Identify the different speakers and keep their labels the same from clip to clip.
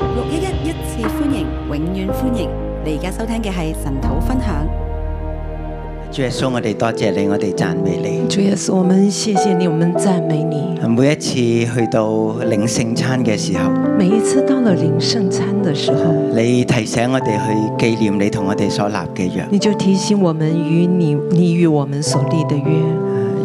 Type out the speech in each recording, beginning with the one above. Speaker 1: 六一一一次歡迎，永遠歡迎！你而家收聽嘅係神土分享。
Speaker 2: 主耶穌，我哋多謝你，我哋讚美你。
Speaker 3: 主耶稣，我们谢谢你，我们赞美你。
Speaker 2: 每一次去到領聖餐嘅時候，
Speaker 3: 每一次到了领圣餐的时候，
Speaker 2: 你提醒我哋去紀念你同我哋所立嘅約。
Speaker 3: 你就提醒我们与你，你与我们所立的约。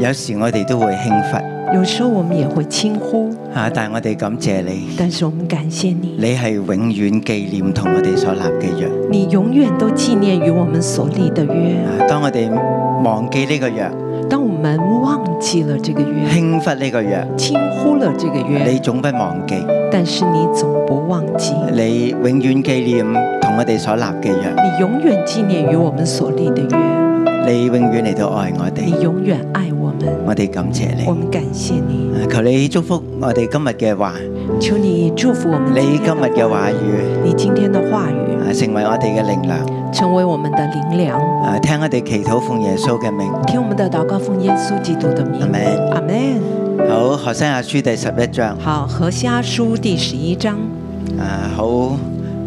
Speaker 2: 有時我哋都會輕忽，
Speaker 3: 有时候我们也会轻忽，
Speaker 2: 啊！但我哋感謝你，
Speaker 3: 但是我们感谢你，
Speaker 2: 你係永遠紀念同我哋所立嘅約。
Speaker 3: 你永远都纪念与我们所立的约。
Speaker 2: 啊！當我哋忘記呢個約，
Speaker 3: 当我们忘记了这个约，
Speaker 2: 輕忽呢個約，
Speaker 3: 轻忽了这个约
Speaker 2: 你，總不忘記，
Speaker 3: 但是你总不忘记，
Speaker 2: 你永遠紀念同我哋所立嘅約，
Speaker 3: 你永远纪念与我们所立的约，
Speaker 2: 你永遠嚟到愛我
Speaker 3: 你
Speaker 2: 哋，
Speaker 3: 永远爱我们。
Speaker 2: 我哋感謝你
Speaker 3: 我。们感谢你，
Speaker 2: 啊求你祝福我哋今日嘅話，
Speaker 3: 求你祝福我们。
Speaker 2: 你今日嘅話語。
Speaker 3: 你今天的话语
Speaker 2: 啊，成為我哋嘅力量。
Speaker 3: 成为我们的灵粮，
Speaker 2: 啊，聽我哋祈禱奉耶穌嘅名。
Speaker 3: 听我们的祷告，奉耶稣基督的名，
Speaker 2: 阿门
Speaker 3: 阿门。
Speaker 2: 好，學生阿書第十一章，
Speaker 3: 好，《何西阿书》第十一章，
Speaker 2: 啊，好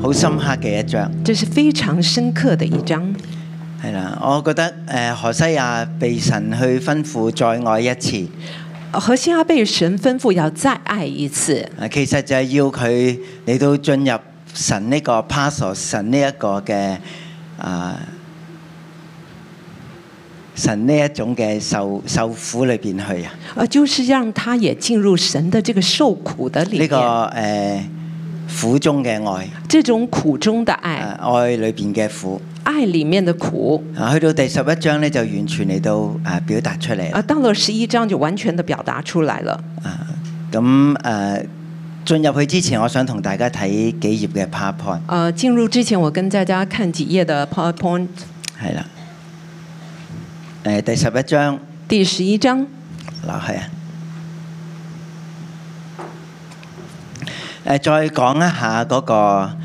Speaker 2: 好深刻嘅一章，
Speaker 3: 这是非常深刻的一章。
Speaker 2: 係啦。我覺得诶、呃何西亞被神去吩咐再愛一次，
Speaker 3: 何西阿被神吩咐要再爱一次，
Speaker 2: 啊，其實就係要佢嚟到進入神呢個 p a s s 神呢一個嘅啊。神呢一種嘅受受苦裏邊去啊，
Speaker 3: 呃，就是让他也进入神的这个受苦的里
Speaker 2: 呢、
Speaker 3: 面，
Speaker 2: 個誒、呃苦中嘅愛，
Speaker 3: 这種苦中的爱，
Speaker 2: 啊愛裏邊嘅苦。
Speaker 3: 爱里面的苦。
Speaker 2: 啊，去到第十一章咧，就完全嚟到啊表達出嚟
Speaker 3: 啊，到了十一章就完全的表達出来了。
Speaker 2: 啊。咁誒進入去之前，我想同大家睇幾頁嘅 PowerPoint
Speaker 3: 呃，进入之前，我跟大家看几页的 PowerPoint，
Speaker 2: 係啦。誒、第十一章
Speaker 3: 第十一章。
Speaker 2: 嗱係啊。誒、再講一下嗰、個啊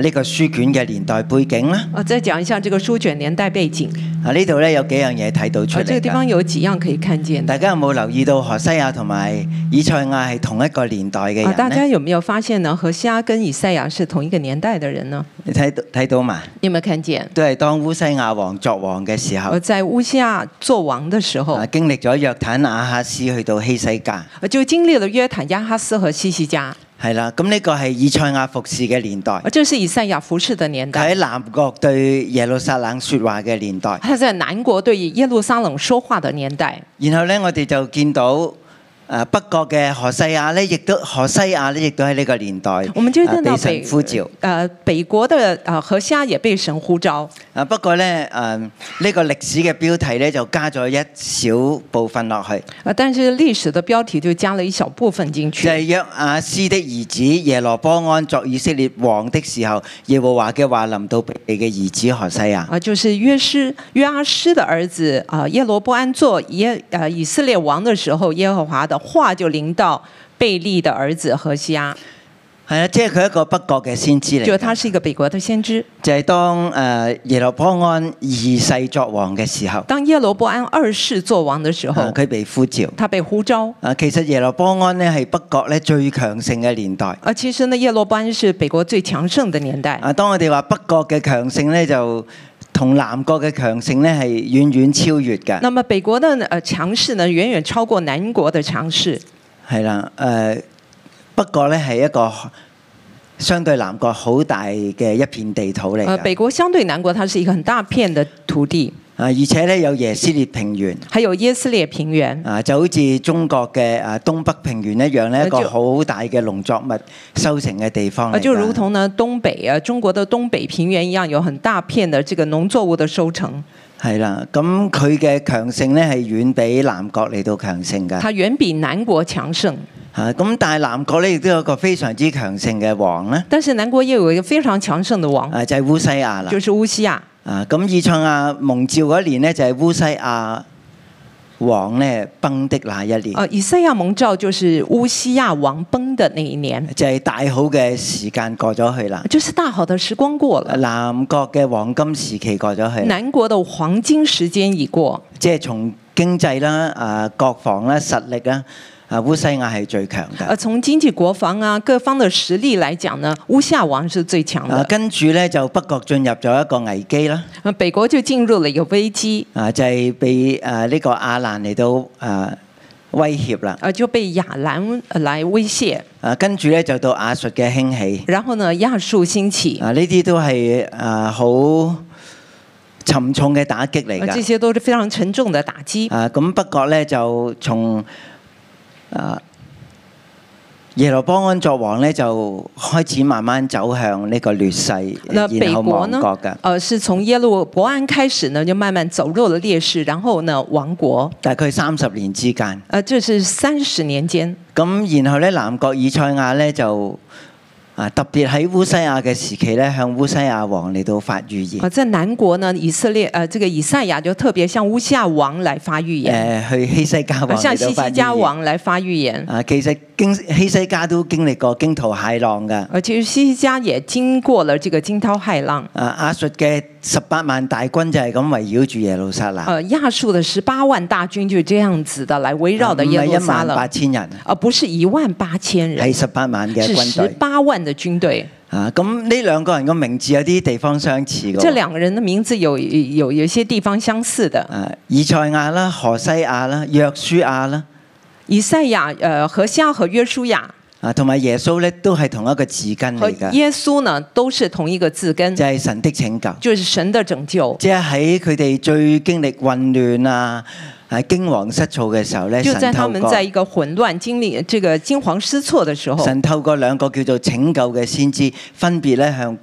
Speaker 2: 呢、個書卷嘅年代背景啦。
Speaker 3: 呃，再讲一下这个书卷年代背景。
Speaker 2: 啊呢度咧有幾樣嘢睇到出
Speaker 3: 呃，
Speaker 2: 嚟
Speaker 3: 这个地
Speaker 2: 㗎。
Speaker 3: 方有几样可以看见的。
Speaker 2: 大家有冇留意到何西亞同埋以賽亞係同一個年代嘅
Speaker 3: 啊，大
Speaker 2: 人
Speaker 3: 家
Speaker 2: 咧？
Speaker 3: 有没有发现呢？何西阿跟以赛亚是同一个年代的人呢？
Speaker 2: 你睇到睇到嘛？
Speaker 3: 你有没有看见？
Speaker 2: 都係當烏西亞王作王嘅時候
Speaker 3: 呃，，在乌西亚做王的时候
Speaker 2: 啊，，經歷咗約坦雅哈斯去到希西家，
Speaker 3: 呃就经历了约坦亚哈斯和西西家。
Speaker 2: 係啦。咁呢個係以賽亞服侍嘅年代，
Speaker 3: 呃，这是以赛亚服侍的年
Speaker 2: 佢
Speaker 3: 代。
Speaker 2: 喺南國對耶路撒冷说話嘅年代。
Speaker 3: 他在南国對耶路撒冷说话的年代，
Speaker 2: 然後呢，我哋就見到。誒北國嘅何西亞呢，亦都何西亞呢，亦都喺呢個年代，
Speaker 3: 我們就
Speaker 2: 啊
Speaker 3: 看
Speaker 2: 被
Speaker 3: 到
Speaker 2: 神
Speaker 3: 北
Speaker 2: 呼召。
Speaker 3: 呃北國的呃何西阿也被神呼召。
Speaker 2: 啊，不過呢，誒、呢個歷史嘅標題呢，就加咗一小部分落去，
Speaker 3: 呃，但是历史的標題就加了一小部分进去
Speaker 2: 就。係約亞斯的兒子耶羅波安作以色列王的時候，耶和華嘅話臨到佢哋嘅兒子何西亞。
Speaker 3: 啊，就是约师约阿施的儿子啊、耶罗波安做耶呃以色列王的时候，耶和华的话就临到贝利的儿子何西阿，
Speaker 2: 係啊，即係佢一個北國嘅先知嚟
Speaker 3: 就
Speaker 2: 㗎。
Speaker 3: 他是一个北国的先知。
Speaker 2: 就係當誒耶羅波安二世作王嘅時候，
Speaker 3: 当耶罗波安二世做王的时
Speaker 2: 啊
Speaker 3: 候，
Speaker 2: 佢被呼召。
Speaker 3: 他被呼召。
Speaker 2: 啊，其實耶羅波安呢係北國咧最強盛嘅年代。
Speaker 3: 啊，其实呢，耶罗波安是北国最强盛的年代。
Speaker 2: 啊，當我哋話北國嘅強盛咧，就同南國嘅強盛咧係遠遠超越嘅。
Speaker 3: 那么北国的呃强势呢，远远超过南国的强势。
Speaker 2: 係啦，呃誒、北國咧係一個相對南國好大嘅一片地土嚟
Speaker 3: 呃，
Speaker 2: 㗎。
Speaker 3: 北国相对南国，它是一个很大片的土地，
Speaker 2: 啊，而且咧有耶斯列平原。
Speaker 3: 还有耶斯列平原。
Speaker 2: 啊，就好似中國嘅啊東北平原一樣咧，
Speaker 3: 啊
Speaker 2: 一個
Speaker 3: 就
Speaker 2: 好大嘅農作物收成嘅地方嚟
Speaker 3: 啊，
Speaker 2: 㗎
Speaker 3: 就如同呢东北啊，中国的东北平原一样，有很大片的这个农作物的收成，
Speaker 2: 係啦，咁佢嘅強盛咧係遠比南國嚟到強盛㗎。
Speaker 3: 它远比南国强盛。
Speaker 2: 嚇，咁但係南國咧亦都有一個非常之強盛嘅王咧，
Speaker 3: 但是南国也有一个非常强盛的王，
Speaker 2: 啊就係、烏西亞啦
Speaker 3: 就。是乌西亚。
Speaker 2: 啊，咁以賽亞蒙召嗰一年咧就係、烏西亞王咧崩的那一年，
Speaker 3: 呃，以赛亚蒙召就是乌西亚王崩的那一年，
Speaker 2: 就係、大好嘅時間過咗去啦，
Speaker 3: 就是大好的时光过了，
Speaker 2: 南國嘅黃金時期過咗去啦。
Speaker 3: 哦南国的黃金时间已过。
Speaker 2: 即係從經濟啦、啊國防啦、實力啦、啊烏西亞係最強嘅。
Speaker 3: 而呃从经济、国防啊各方的实力来讲呢，乌夏王是最强
Speaker 2: 啊，
Speaker 3: 的。
Speaker 2: 跟住咧就北國進入咗一個危機啦，
Speaker 3: 呃北国就进入了一个危机，
Speaker 2: 啊就係、被啊呢、個亞蘭嚟到啊威脅啦，
Speaker 3: 呃，就被亚兰呃来威胁。
Speaker 2: 啊跟住咧就到亞述嘅興起，
Speaker 3: 然后呢，亚述兴起，
Speaker 2: 啊呢啲都係啊好沉重嘅打擊嚟
Speaker 3: 呃这
Speaker 2: 㗎，
Speaker 3: 些都是非常沉重的打击。
Speaker 2: 啊咁北國咧就從啊耶羅波安作王咧就開始慢慢走向呢個劣勢，
Speaker 3: 那北
Speaker 2: 然後
Speaker 3: 国
Speaker 2: 亡
Speaker 3: 呢
Speaker 2: 國㗎，。
Speaker 3: 呃，是从耶路伯安开始呢，就慢慢走入了劣势，然后呢，亡国。
Speaker 2: 大概三十年之間。
Speaker 3: 呃，这是三十年间。
Speaker 2: 咁然後咧，南國以賽亞咧就啊特別喺烏西亞嘅時期咧，向烏西亞王嚟到發預言
Speaker 3: 啊，，在南国呢，以色列呃，这个以赛亚就特别向乌夏王来发预
Speaker 2: 誒、
Speaker 3: 言，
Speaker 2: 去希西家
Speaker 3: 呃
Speaker 2: 哎王
Speaker 3: 向
Speaker 2: 嚟到
Speaker 3: 西
Speaker 2: 發
Speaker 3: 西家
Speaker 2: 預言。
Speaker 3: 王来发预言。
Speaker 2: 啊，其實經希西家都經歷過驚濤駭浪㗎。
Speaker 3: 呃，其实西西家也经過了这个惊涛骇浪，
Speaker 2: 啊，亞述嘅十八萬大軍就係咁圍繞住耶路撒冷，
Speaker 3: 呃，亚述的十八万大军就这样子的来围绕
Speaker 2: 啊
Speaker 3: 的
Speaker 2: 唔
Speaker 3: 耶
Speaker 2: 係
Speaker 3: 路
Speaker 2: 一
Speaker 3: 撒
Speaker 2: 萬八
Speaker 3: 冷，
Speaker 2: 千哎人，
Speaker 3: 而不是一万八千人
Speaker 2: 係，十八萬嘅
Speaker 3: 是
Speaker 2: 軍
Speaker 3: 十
Speaker 2: 隊。
Speaker 3: 八万的军队。
Speaker 2: 啊，咁呢兩個人嘅名字有啲地方相似㗎
Speaker 3: 这
Speaker 2: 喎。
Speaker 3: 两个人的名字有有有一些地方相似的，
Speaker 2: 啊，以賽亞啦、何西亞啦、約書亞啦。
Speaker 3: 以赛亚、呃何西阿和约书亚
Speaker 2: 啊，同埋耶穌咧都係同一個字根
Speaker 3: 和
Speaker 2: 嚟㗎，
Speaker 3: 耶稣呢，都是同一个字根，
Speaker 2: 就係神的拯救。
Speaker 3: 就是神的拯救。
Speaker 2: 即係喺佢哋最經歷混亂啊、係驚惶失措嘅時候咧，
Speaker 3: 就在
Speaker 2: 神
Speaker 3: 他
Speaker 2: 透
Speaker 3: 们
Speaker 2: 過
Speaker 3: 在一个混乱、经历这个惊惶失措的时候，
Speaker 2: 神透過兩個叫做拯救嘅先知，分別咧向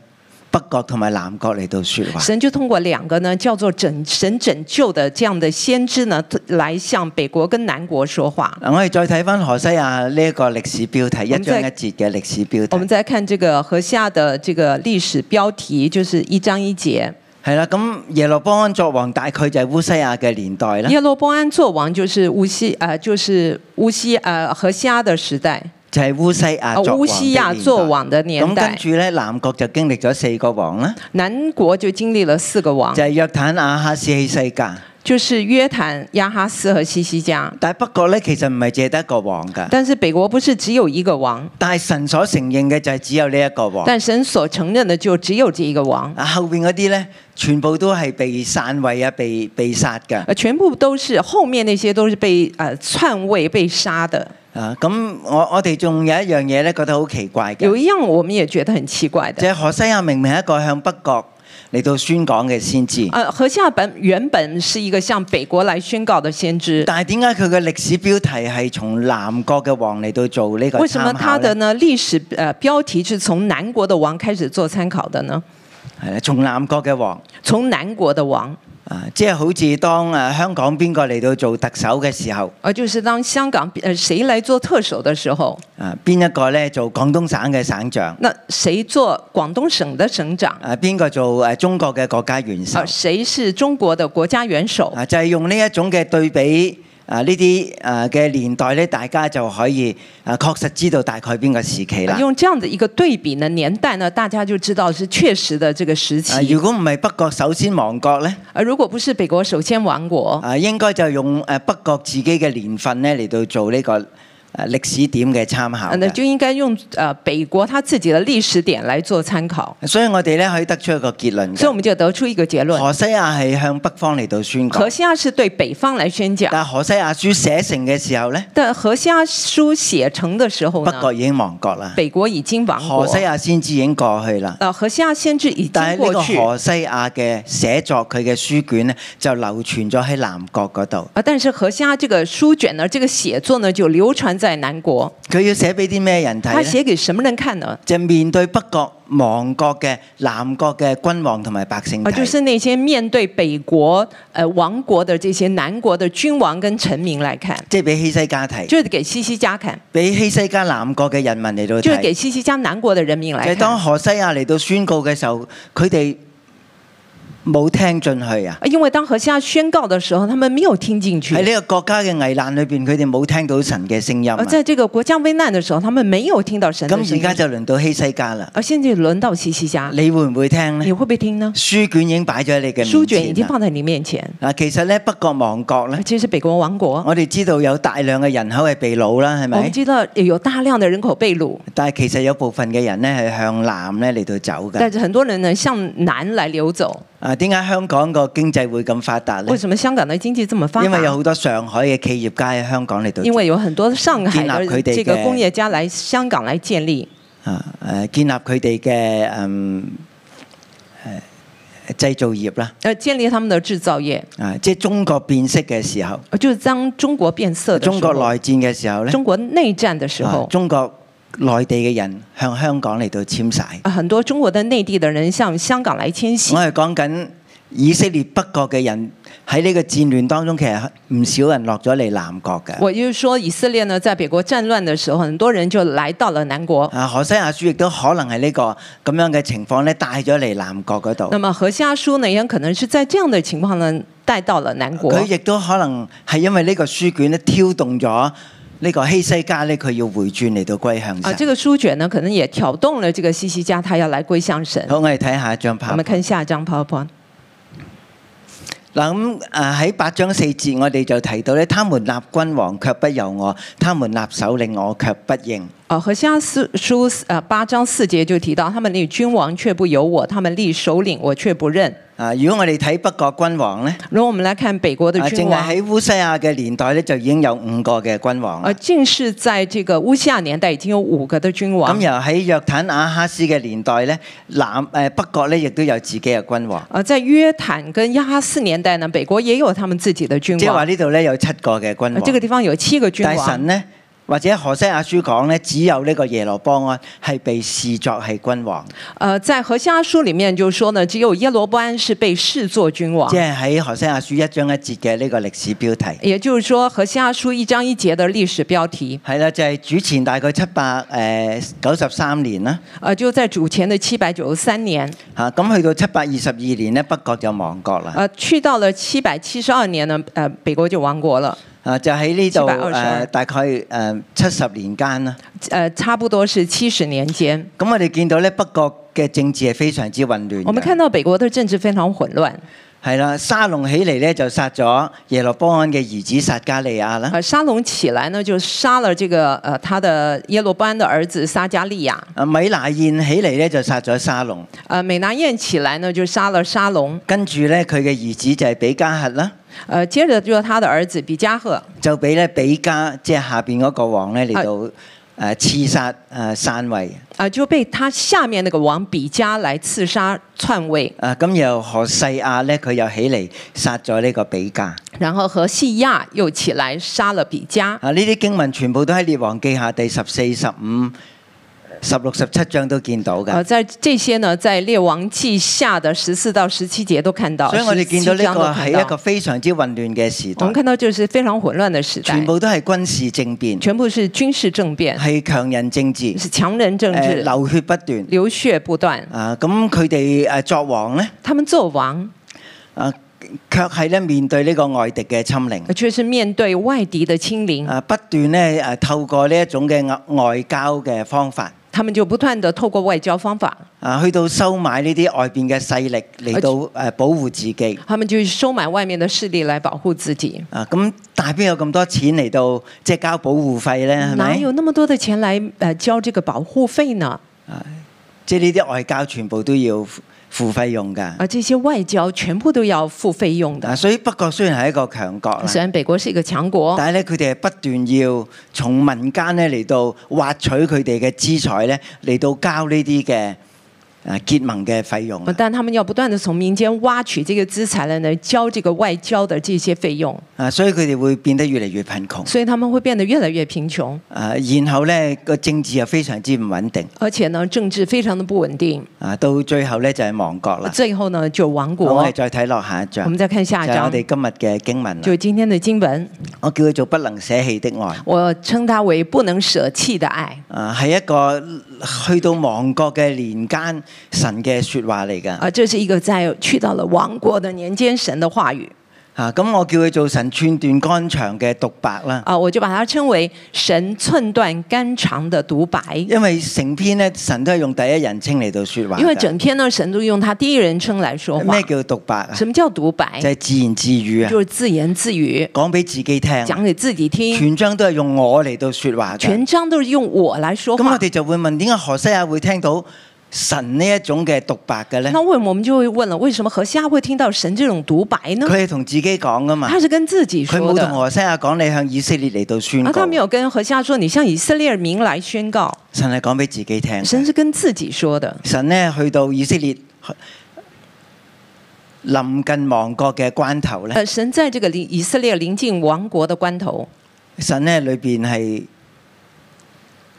Speaker 2: 北國同埋南國嚟到説話。
Speaker 3: 神就通过两个呢叫做拯神拯救的这样的先知呢，来向北国跟南国说话。
Speaker 2: 嗱，我哋再睇翻何西亞呢一個歷史標題，
Speaker 3: 我
Speaker 2: 一
Speaker 3: 們
Speaker 2: 章
Speaker 3: 再
Speaker 2: 一節嘅歷史標
Speaker 3: 我们
Speaker 2: 題。
Speaker 3: 再看这个河下的这个历史标题，就是一章一节。
Speaker 2: 係啦，咁耶羅波安作王大概就係烏西亞嘅年代啦，
Speaker 3: 耶罗波安做王就是乌西呃，就是乌西呃河下的时代，
Speaker 2: 就係烏西
Speaker 3: 呃
Speaker 2: 亞作啊
Speaker 3: 乌
Speaker 2: 王嘅
Speaker 3: 西亚
Speaker 2: 年
Speaker 3: 做
Speaker 2: 代
Speaker 3: 王的年
Speaker 2: 咁跟
Speaker 3: 代。
Speaker 2: 住咧，南國就經歷咗四個王啦。
Speaker 3: 南国就经历了四个王
Speaker 2: 就，係約坦亞哈斯希西家，
Speaker 3: 就是约坦、亚哈斯和西西家。
Speaker 2: 但係北國咧其實唔係借得一個王㗎，
Speaker 3: 但是北国不是只有一个王，
Speaker 2: 但係神所承認嘅就係只有呢一個王。
Speaker 3: 但神所承认的就只有这一个王，
Speaker 2: 啊，後邊嗰啲咧全部都係被散位啊，被被殺㗎。
Speaker 3: 呃，全部都是后面那些都是被呃篡位被杀的。
Speaker 2: 啊，咁我我哋仲有一樣嘢咧，覺得好奇怪
Speaker 3: 有
Speaker 2: 嘅，
Speaker 3: 一樣我們也覺得很奇怪
Speaker 2: 就
Speaker 3: 的，
Speaker 2: 係何西亞明明係一個向北國嚟到宣講嘅先知，
Speaker 3: 呃，何西阿本原本是一个向北国来宣告的先知，
Speaker 2: 但係點解佢嘅歷史標題係從南國嘅王嚟到做呢個
Speaker 3: 为什么
Speaker 2: 參
Speaker 3: 他
Speaker 2: 考
Speaker 3: 的
Speaker 2: 咧？
Speaker 3: 呢历史呃标题是从南国的王开始做参考的呢？
Speaker 2: 係啦，從南國嘅王。
Speaker 3: 从南国的王，
Speaker 2: 啊，即係好似當啊香港邊個嚟到做特首嘅時候，
Speaker 3: 呃，就是当香港呃谁来做特首的时候，
Speaker 2: 啊，邊一個咧做廣東省嘅省長？
Speaker 3: 那谁做廣東省的省长？
Speaker 2: 啊，邊個做誒中國嘅國家元首
Speaker 3: 呃，？谁是中国的国家元首？
Speaker 2: 啊，就係、用呢一種嘅對比啊，呢啲啊嘅年代咧，大家就可以啊確實知道大概邊個時期啦。
Speaker 3: 啊
Speaker 2: 啊
Speaker 3: 用这样的一个对比呢，年代呢，大家就知道是确实的这个时
Speaker 2: 啊，
Speaker 3: 期
Speaker 2: 如。果唔係北國首先亡國咧，
Speaker 3: 而如果不是北国首先亡国，
Speaker 2: 啊應該就用誒北國自己嘅年份咧嚟到做呢個誒啊歷史點嘅參考
Speaker 3: 嗯，那
Speaker 2: 嘅
Speaker 3: 就應該用呃北國他自己的歷史點來做參考，
Speaker 2: 所以我哋咧可以得出一個結論
Speaker 3: 所以
Speaker 2: 嘅。
Speaker 3: 我們就得出一個結論：
Speaker 2: 何西亞係向北方嚟到宣講
Speaker 3: 何。西阿是對北方來宣講，
Speaker 2: 但何西亞書寫成嘅時候呢，
Speaker 3: 但何西阿書寫成的時候
Speaker 2: 北
Speaker 3: 呢，
Speaker 2: 國已經亡國啦，
Speaker 3: 北國已經亡
Speaker 2: 何
Speaker 3: 國
Speaker 2: 西，亞先知已經過去啦。
Speaker 3: 呃，何西阿先知已
Speaker 2: 但
Speaker 3: 經
Speaker 2: 係呢
Speaker 3: 過
Speaker 2: 個
Speaker 3: 去，
Speaker 2: 何西亞嘅寫作，佢嘅書卷呢，就流傳咗喺南國嗰度。
Speaker 3: 啊，但是何西阿這個書卷呢，這個寫作呢，就流傳在南國，
Speaker 2: 佢要寫俾啲咩人
Speaker 3: 他
Speaker 2: 睇呢？
Speaker 3: 寫給什麼人看呢？
Speaker 2: 就面對北國亡國嘅南國嘅君王同埋百姓
Speaker 3: 啊，就
Speaker 2: 睇。
Speaker 3: 是那些面對北國、呃亡國的這些南國的君王跟臣民來看，
Speaker 2: 即係俾希西家睇，
Speaker 3: 就是給西西家看，
Speaker 2: 俾希西家南國嘅人民嚟到
Speaker 3: 就是給
Speaker 2: 睇。
Speaker 3: 西西家南國的人民
Speaker 2: 就
Speaker 3: 來
Speaker 2: 係
Speaker 3: 看。
Speaker 2: 當何西亞嚟到宣告嘅時候，佢哋冇聽進去啊！
Speaker 3: 呃因为当何西阿宣告的时候，他们没有听进去
Speaker 2: 喺。呢個國家嘅危難裏邊，佢哋冇聽到神嘅聲音啊
Speaker 3: 而呃在这个国家危难的时候，他们没有听到神的
Speaker 2: 咁
Speaker 3: 声
Speaker 2: 而家
Speaker 3: 音。
Speaker 2: 就輪到希西家啦，
Speaker 3: 而现在轮到西西家，
Speaker 2: 你會唔會聽
Speaker 3: 你
Speaker 2: 呢？
Speaker 3: 会不会听呢？
Speaker 2: 書卷已經擺咗喺你嘅
Speaker 3: 书卷已
Speaker 2: 面
Speaker 3: 经
Speaker 2: 前啦
Speaker 3: 放在你面前。
Speaker 2: 嗱，其實咧北國亡國咧，
Speaker 3: 这是北国王国，
Speaker 2: 我哋知道有大量嘅人口係被掳啦，係
Speaker 3: 我们
Speaker 2: 咪？
Speaker 3: 知道有大量的人口被掳，
Speaker 2: 但係其實有部分嘅人咧係向南咧嚟到走
Speaker 3: 但
Speaker 2: 嘅。
Speaker 3: 是很多人呢向南来流走。
Speaker 2: 啊，點解香港個經濟會咁發達
Speaker 3: 为
Speaker 2: 咧？
Speaker 3: 什么香港的经济这么发
Speaker 2: 因為有
Speaker 3: 达？
Speaker 2: 好多上海嘅企業家喺香港嚟到
Speaker 3: 因為有很多上海
Speaker 2: 建立佢
Speaker 3: 的
Speaker 2: 哋嘅
Speaker 3: 这个工业家来香港来建立，
Speaker 2: 啊誒建立佢哋嘅嗯誒製造業啦。
Speaker 3: 呃，建立他们的制造业。
Speaker 2: 啊，即係中國變色嘅時候，
Speaker 3: 呃就是当中国变色的时候
Speaker 2: 中國內戰嘅時候咧，
Speaker 3: 中國内战的时
Speaker 2: 啊
Speaker 3: 候，
Speaker 2: 中國內地嘅人向香港嚟到遷徙。
Speaker 3: 啊很多中國的內地的人向香港来迁徙
Speaker 2: 我。係講緊以色列北國嘅人喺呢個戰亂當中，其實唔少人落咗嚟南國嘅。
Speaker 3: 我就是说，以色列呢，在北国战乱的时候，很多人就来到了南国。
Speaker 2: 啊，何西亞書亦都可能係呢、個咁樣嘅情況咧，帶咗嚟南國嗰
Speaker 3: 那
Speaker 2: 度。
Speaker 3: 么何西阿书呢，也可能是在這樣的情况呢，带到了南国。
Speaker 2: 佢亦都可能係因為呢個書卷咧，挑動咗呢個希西家咧，佢要回轉嚟到歸向
Speaker 3: 啊，
Speaker 2: 神。
Speaker 3: 这个书卷呢，可能也挑動了这個西西家，他要来歸向神。
Speaker 2: 好，我哋睇下一張牌
Speaker 3: 我。们看下一张 PowerPoint。
Speaker 2: 嗱咁誒喺八章四節，我哋就提到咧，他們立君王卻不由我，他們立首領我卻不應。
Speaker 3: 呃，何西阿四书呃八章四节就提到，他们立君王却不由我，他们立首领我却不认。
Speaker 2: 啊，如果我哋睇北國君王咧，
Speaker 3: 如果我们来看北国的
Speaker 2: 啊，
Speaker 3: 君
Speaker 2: 淨
Speaker 3: 王，
Speaker 2: 係喺烏西亞嘅年代咧，就已經有五個嘅君王啦
Speaker 3: 呃，。竟是在这个乌西亚年代已經有五個的君
Speaker 2: 咁
Speaker 3: 王。
Speaker 2: 由喺約坦亞哈斯嘅年代咧，南誒、北國咧亦都有自己嘅君王，
Speaker 3: 呃，在约坦跟亚哈斯年代呢，北国也有他们自己的君
Speaker 2: 即係話
Speaker 3: 王。
Speaker 2: 呢度咧有七個嘅君
Speaker 3: 呃
Speaker 2: 王。
Speaker 3: 这个地方有七个君
Speaker 2: 但係
Speaker 3: 王
Speaker 2: 神，咧，或者何西亞書講咧，只有呢個耶羅波安係被視作係君王，
Speaker 3: 呃，在何西阿书里面就说呢，只有耶罗波安是被视作君王
Speaker 2: 即。係喺何西亞書一章一節嘅呢個歷史標題。
Speaker 3: 也就是说，何西阿书一章一节的历史标题，
Speaker 2: 係啦，就係、主前大概七百誒九十三年啦，
Speaker 3: 呃，就在主前的七百九十三年，
Speaker 2: 嚇咁去到七百二十二年咧，北國就亡國啦。
Speaker 3: 呃，去到了七百七十二年呢，呃，北国就亡国了，
Speaker 2: 啊，就喺呢度
Speaker 3: 722
Speaker 2: 誒，大概誒七十年間啦。
Speaker 3: 呃，差不多是七十年间。
Speaker 2: 咁我哋見到咧，北國嘅政治係非常之混亂
Speaker 3: 我们看
Speaker 2: 嘅。
Speaker 3: 到北国的政治非常混乱，
Speaker 2: 係啦，沙龍起嚟咧就殺咗耶羅波安嘅兒子撒加利亞啦。
Speaker 3: 呃，沙龙起来呢，就杀了这个呃他的耶罗波安的儿子撒加利亚，
Speaker 2: 啊，米拿燕起嚟咧就殺咗沙龍，
Speaker 3: 呃，美拿燕起来呢，就杀了沙龙，
Speaker 2: 跟住咧佢嘅兒子就係比加核啦，
Speaker 3: 呃，接着就是他的儿子比加赫，
Speaker 2: 就俾咧比加即係下邊嗰個王咧嚟
Speaker 3: 哎
Speaker 2: 到誒呃刺殺誒散位。
Speaker 3: 啊，就被他下面那个王比加来刺杀篡位，
Speaker 2: 啊，咁又何西亞咧，佢又起嚟殺咗呢個比加。
Speaker 3: 然后和细亚又起来杀了比加。
Speaker 2: 啊，呢啲經文全部都喺《列王記下》第十四、十五、十六、十七章都見到㗎。
Speaker 3: 呃，在这些呢，在列王记下的十四到十七节都看到，
Speaker 2: 所以我哋見到
Speaker 3: 17
Speaker 2: 呢
Speaker 3: 章都
Speaker 2: 個
Speaker 3: 看
Speaker 2: 係一個
Speaker 3: 到。
Speaker 2: 非常之混亂嘅時
Speaker 3: 我
Speaker 2: 代
Speaker 3: 们，看到就是非常混乱的时代
Speaker 2: 全，部都係軍事政變，
Speaker 3: 全部是军事政变，
Speaker 2: 係強人政治，
Speaker 3: 是强人政
Speaker 2: 誒
Speaker 3: 治，
Speaker 2: 流血不斷。
Speaker 3: 流血不断。
Speaker 2: 啊，咁佢哋誒作王咧，
Speaker 3: 他们做王，
Speaker 2: 啊，卻係咧面對呢個外敵嘅侵凌。
Speaker 3: 却是面对外敌的清零，
Speaker 2: 啊，不斷咧誒透過呢一種嘅外外交嘅方法。
Speaker 3: 他们就不断的透过外交方法，
Speaker 2: 啊，去到收買呢啲外邊嘅勢力嚟到誒保護自己。
Speaker 3: 他们就收买外面的势力来保护自己。
Speaker 2: 啊，咁但係邊有咁多錢嚟到即係交保護費咧？係
Speaker 3: 嗯哪
Speaker 2: 咪
Speaker 3: 有？那么多的钱来呃交这个保护费呢？
Speaker 2: 即係呢啲外交全部都要付付費用㗎。
Speaker 3: 而啊这些外交全部都要付费用的。
Speaker 2: 啊，所以北國雖然係一個強國
Speaker 3: 虽
Speaker 2: 啦，
Speaker 3: 然北国是一个强国，
Speaker 2: 但係咧佢哋係不斷要從民間咧嚟到挖取佢哋嘅資財咧，嚟到交呢啲嘅誒結盟嘅費用。
Speaker 3: 但他们要不断的从民间挖取这个资产来呢，交这个外交的这些费用，
Speaker 2: 啊，所以佢哋會變得越嚟越貧窮。
Speaker 3: 所以他們会变得越来越贫穷，
Speaker 2: 啊，然後咧個政治又非常之唔穩定。
Speaker 3: 而且呢，政治非常的不稳定，
Speaker 2: 啊，到最後咧就係亡國啦。
Speaker 3: 最后呢就亡
Speaker 2: 好我
Speaker 3: 国
Speaker 2: 哋。再睇落下一章，
Speaker 3: 我们再看下一
Speaker 2: 就係我
Speaker 3: 章，
Speaker 2: 哋今日嘅經文啦
Speaker 3: 就今天的经文，
Speaker 2: 我叫佢做不能捨棄的愛，
Speaker 3: 我称它为不能舍弃的爱，
Speaker 2: 啊，係一個去到亡國嘅年間，神嘅説話嚟㗎。
Speaker 3: 啊，这是一个在去到了亡国的年间神的话语
Speaker 2: 啊，咁我叫佢做神寸斷肝腸嘅獨白啦。
Speaker 3: 啊，我就把它称为神寸断肝肠的独白。
Speaker 2: 因為成篇咧，神都係用第一人稱嚟到説話㗎。
Speaker 3: 因为整篇呢，神都用他第一人称来说话
Speaker 2: 咩。叫獨白啊？
Speaker 3: 什么叫独白
Speaker 2: 就？係自言自語
Speaker 3: 就
Speaker 2: 啊，
Speaker 3: 是自言自语，
Speaker 2: 講俾自己聽。啊
Speaker 3: 讲给自己听。
Speaker 2: 全章都係用我嚟到説話嘅。
Speaker 3: 全章都是用我来说
Speaker 2: 咁我
Speaker 3: 话。
Speaker 2: 哋就會問點解何西亞會聽到神呢一種嘅獨白嘅咧
Speaker 3: 那？为什么我们就会问了，为什么何西阿会听到神这种独白呢？
Speaker 2: 佢係同自己講噶嘛，
Speaker 3: 他是跟自己
Speaker 2: 佢
Speaker 3: 说
Speaker 2: 冇
Speaker 3: 的
Speaker 2: 同，何西亞講你向以色列嚟到宣
Speaker 3: 而他没
Speaker 2: 告，
Speaker 3: 有跟何西阿说，你向以色列民来宣告。
Speaker 2: 神係講俾自己聽。
Speaker 3: 神是跟自己说的。
Speaker 2: 神呢去到以色列去臨近亡國嘅關頭咧，
Speaker 3: 呃，神在这个临以色列临近亡国的关头，
Speaker 2: 神呢裏邊係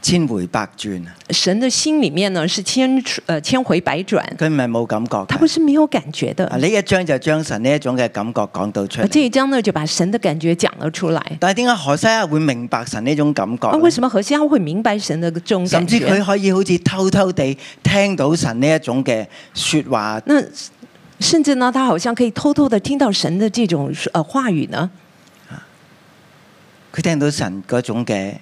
Speaker 2: 千回百轉啊，
Speaker 3: 神的心里面呢是千呃千回百转，
Speaker 2: 佢唔係冇感覺
Speaker 3: 他不
Speaker 2: 㗎。
Speaker 3: 是没有感觉
Speaker 2: 啊
Speaker 3: 的。
Speaker 2: 呢一章就將神呢一種嘅感覺講到出
Speaker 3: 而这
Speaker 2: 嚟。
Speaker 3: 一章呢就把神的感觉讲了出来。
Speaker 2: 但係點解何西亞會明白神呢種感覺
Speaker 3: 那
Speaker 2: 呢？
Speaker 3: 啊为什么何西阿会明白神的这种
Speaker 2: 甚
Speaker 3: 感
Speaker 2: 至佢
Speaker 3: 觉？
Speaker 2: 可以好似偷偷地聽到神呢一種嘅说話，
Speaker 3: 那甚至呢，他好像可以偷偷的听到神的这种呃话语呢，
Speaker 2: 佢聽到神嗰種嘅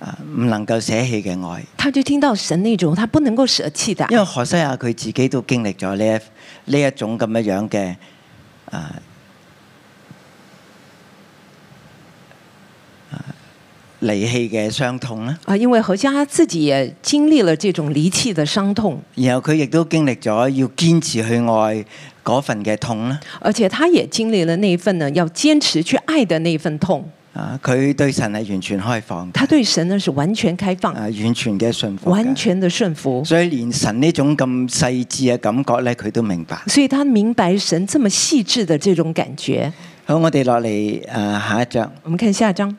Speaker 2: 啊唔能夠捨棄嘅愛，
Speaker 3: 他就听到神那種他不能够舍弃的爱
Speaker 2: 因。為何西亞佢自己都經歷咗呢一呢一種咁樣樣嘅啊啊離棄嘅傷痛啦，
Speaker 3: 啊，因为何西阿自己也经历了这种离弃的伤痛，
Speaker 2: 然後佢亦都經歷咗要堅持去愛嗰份嘅痛啦。
Speaker 3: 而且他也经历了那一份呢要坚持去爱的那一份痛。
Speaker 2: 啊，佢對神係完全開放嘅，
Speaker 3: 他对神呢是完全开放
Speaker 2: 啊，，完全嘅信服嘅，
Speaker 3: 完全的顺服，
Speaker 2: 所以連神呢種咁細緻嘅感覺咧，佢都明白。
Speaker 3: 所以他明白神这么细致的这种感觉。
Speaker 2: 好，我哋落嚟誒下一章
Speaker 3: 我们看下一章，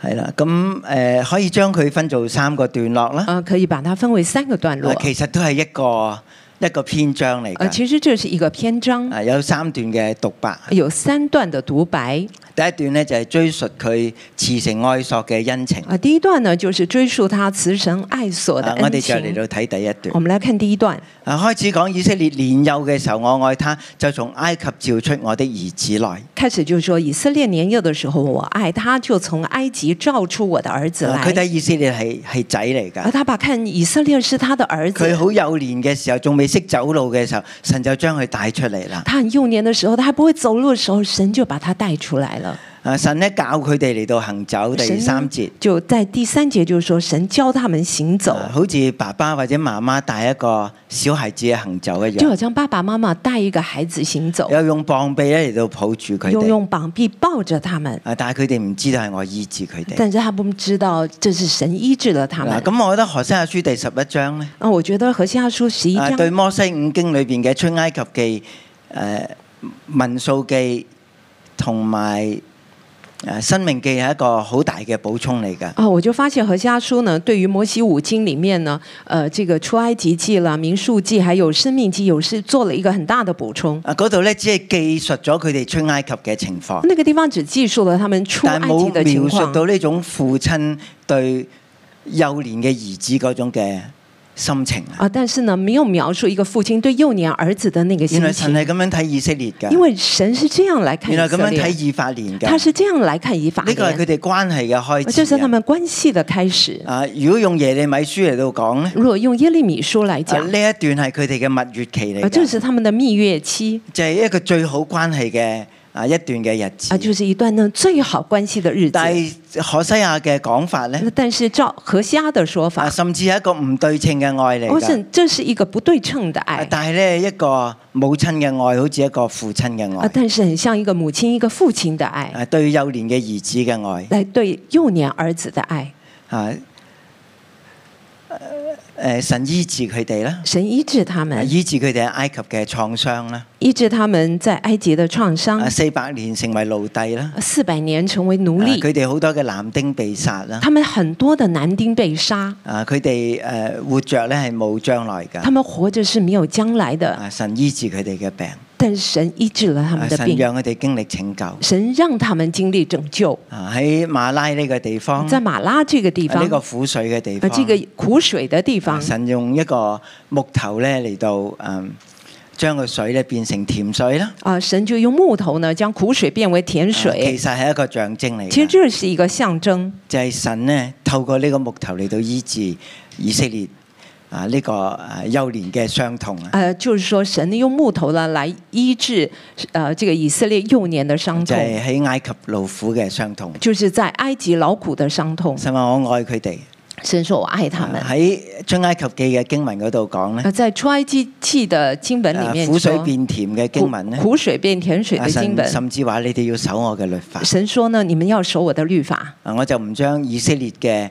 Speaker 2: 係啦，咁誒、呃可以將佢分做三個段落啦。
Speaker 3: 呃，可以把它分为三个段落
Speaker 2: 啊，其實都係一個一個篇章嚟
Speaker 3: 呃，
Speaker 2: 㗎。
Speaker 3: 其实这是一个篇章，
Speaker 2: 啊，有三段嘅獨白。
Speaker 3: 有三段的独白
Speaker 2: 第一段呢，就係、追述佢慈情愛索嘅恩情。
Speaker 3: 啊。第一段呢就是追溯他慈神爱所的
Speaker 2: 啊，我
Speaker 3: 恩
Speaker 2: 哋就嚟
Speaker 3: 情
Speaker 2: 到。睇第一
Speaker 3: 我
Speaker 2: 段。
Speaker 3: 们来看第一段，
Speaker 2: 啊，開始講以色列年幼嘅時候，我愛他，就從埃及召出我的兒子來。
Speaker 3: 开始就说以色列年幼的时候，我爱他，就从埃及召出我的儿子
Speaker 2: 啊佢睇
Speaker 3: 来。
Speaker 2: 以色列係係仔嚟㗎
Speaker 3: 而。他把看以色列是他的儿子
Speaker 2: 佢，好幼年嘅時候，仲未識走路嘅時候，神就將佢帶出嚟啦。
Speaker 3: 他很幼年的时候，他还不会走路的时候，神就把他带出来了。
Speaker 2: 啊，神咧教佢哋嚟到行走第
Speaker 3: 神
Speaker 2: 三啊節，
Speaker 3: 就在第三节就是说，神教他们行走，
Speaker 2: 啊好似爸爸或者媽媽帶一個小孩子嘅行走一
Speaker 3: 就好
Speaker 2: 樣，
Speaker 3: 像爸爸妈妈带一个孩子行走，
Speaker 2: 又用膀臂咧嚟到抱住佢
Speaker 3: 用
Speaker 2: 哋。
Speaker 3: 用膀臂抱着他们，
Speaker 2: 啊，但係佢哋唔知道係我醫治佢哋。
Speaker 3: 但是他们知道这是神医治了他
Speaker 2: 嗱，
Speaker 3: 们。
Speaker 2: 咁我覺得《何西阿書》第十一章咧，
Speaker 3: 啊那我覺得《何西阿书》十一
Speaker 2: 啊
Speaker 3: 章，
Speaker 2: 對摩西五經裏邊嘅出埃及記、誒民數記同埋誒生命記係一個好大嘅補充嚟㗎。
Speaker 3: 啊，我就发现《何西阿书》呢，对于摩西五经里面呢，呃，这个出埃及记啦、民数记还有生命记，有是做了一个很大的补充。
Speaker 2: 啊，嗰度咧只係記述咗佢哋出埃及嘅情況，
Speaker 3: 那个地方只记述了他们出埃
Speaker 2: 但
Speaker 3: 及的
Speaker 2: 冇
Speaker 3: 情
Speaker 2: 描述
Speaker 3: 况，
Speaker 2: 到呢種父親對幼年嘅兒子嗰種嘅心情啊。
Speaker 3: 啊，但是呢，没有描述一个父亲对幼年儿子的那个心
Speaker 2: 原來神
Speaker 3: 情，
Speaker 2: 係咁樣睇以色列㗎，
Speaker 3: 因为神是这样来看
Speaker 2: 原
Speaker 3: 以
Speaker 2: 來咁
Speaker 3: 色
Speaker 2: 樣睇
Speaker 3: 列，
Speaker 2: 以法蓮
Speaker 3: 他
Speaker 2: 㗎。
Speaker 3: 是这样来看以法
Speaker 2: 呢個係佢
Speaker 3: 莲，
Speaker 2: 哋關係嘅開
Speaker 3: 这
Speaker 2: 始
Speaker 3: 是他
Speaker 2: 啊。
Speaker 3: 们关系的开始。
Speaker 2: 啊，如果用耶利米書嚟到講咧，
Speaker 3: 如果用耶利米书来
Speaker 2: 啊
Speaker 3: 讲
Speaker 2: 呢一，段係佢哋嘅蜜月期嚟
Speaker 3: 啊，这
Speaker 2: 㗎，
Speaker 3: 是他们的蜜月期，
Speaker 2: 就係一個最好關係嘅啊一段嘅日
Speaker 3: 啊，
Speaker 2: 子。
Speaker 3: 就是一段呢最好关系的日子。
Speaker 2: 但係何西亞嘅講法咧
Speaker 3: 那，但是照何西阿的说
Speaker 2: 啊
Speaker 3: 法，
Speaker 2: 甚至係一個唔對稱嘅愛嚟
Speaker 3: 我
Speaker 2: 㗎
Speaker 3: 想。这是一个不对称的爱
Speaker 2: 哎啊但係咧，一個母親嘅愛好似一個父親嘅
Speaker 3: 啊
Speaker 2: 愛，，
Speaker 3: 但是很像一个母亲一个父亲的爱，
Speaker 2: 啊對幼年嘅兒子嘅愛，
Speaker 3: 来对幼年儿子的爱。
Speaker 2: 啊誒神醫治佢哋啦，
Speaker 3: 神医治他
Speaker 2: 啊
Speaker 3: 们，
Speaker 2: 醫治佢哋喺埃及嘅創傷啦，
Speaker 3: 医治他们在埃及的创伤
Speaker 2: 啊，四百年成為奴隸啦，
Speaker 3: 四百年成为嗯奴
Speaker 2: 啊
Speaker 3: 隶，
Speaker 2: 佢哋好多嘅男丁被殺啦，
Speaker 3: 他们很多的男丁被杀，
Speaker 2: 啊佢哋誒活着咧係冇將來
Speaker 3: 他
Speaker 2: 㗎，
Speaker 3: 们活着是没有将来的。
Speaker 2: 哎啊神醫治佢哋嘅病，啊
Speaker 3: 但神医治了他们的
Speaker 2: 哎神
Speaker 3: 病，
Speaker 2: 讓佢哋經歷拯救。
Speaker 3: 神讓他們经历拯救。
Speaker 2: 啊喺馬拉呢個地方，啊
Speaker 3: 在馬拉這個地
Speaker 2: 呢
Speaker 3: 方，
Speaker 2: 個苦水嘅哎地
Speaker 3: 呃，
Speaker 2: 方，啊哎
Speaker 3: 這個苦水的地方，
Speaker 2: 神用一個木頭咧嚟到嗯，將個水咧變成甜水啦。啊
Speaker 3: 啊，神就用木頭呢，將苦水變為甜
Speaker 2: 其
Speaker 3: 水。
Speaker 2: 實係一個象徵嚟
Speaker 3: 其實
Speaker 2: 嘅，
Speaker 3: 這是一個象徵，
Speaker 2: 就係神咧透過呢個木頭嚟到醫治以色列啊呢個啊幼年嘅傷痛啊，
Speaker 3: 呃，就是說神用木頭呢來醫治，呃，這個以色列幼年的傷
Speaker 2: 就
Speaker 3: 痛，
Speaker 2: 係喺埃及勞苦嘅傷痛。
Speaker 3: 就是在埃及勞苦的傷痛。
Speaker 2: 神話我愛佢哋。啊
Speaker 3: 神說我愛他們。
Speaker 2: 喺出埃及記嘅經文嗰度講咧
Speaker 3: 呃，，在出埃及記的經本裡
Speaker 2: 啊
Speaker 3: 面
Speaker 2: 苦水
Speaker 3: 說
Speaker 2: 變甜嘅經文咧
Speaker 3: 苦，苦水變甜水
Speaker 2: 啊
Speaker 3: 的經
Speaker 2: 神
Speaker 3: 本，
Speaker 2: 甚至話你哋要守我嘅律法。
Speaker 3: 神說呢，你們要守我的律法，
Speaker 2: 啊，我就唔將以色列嘅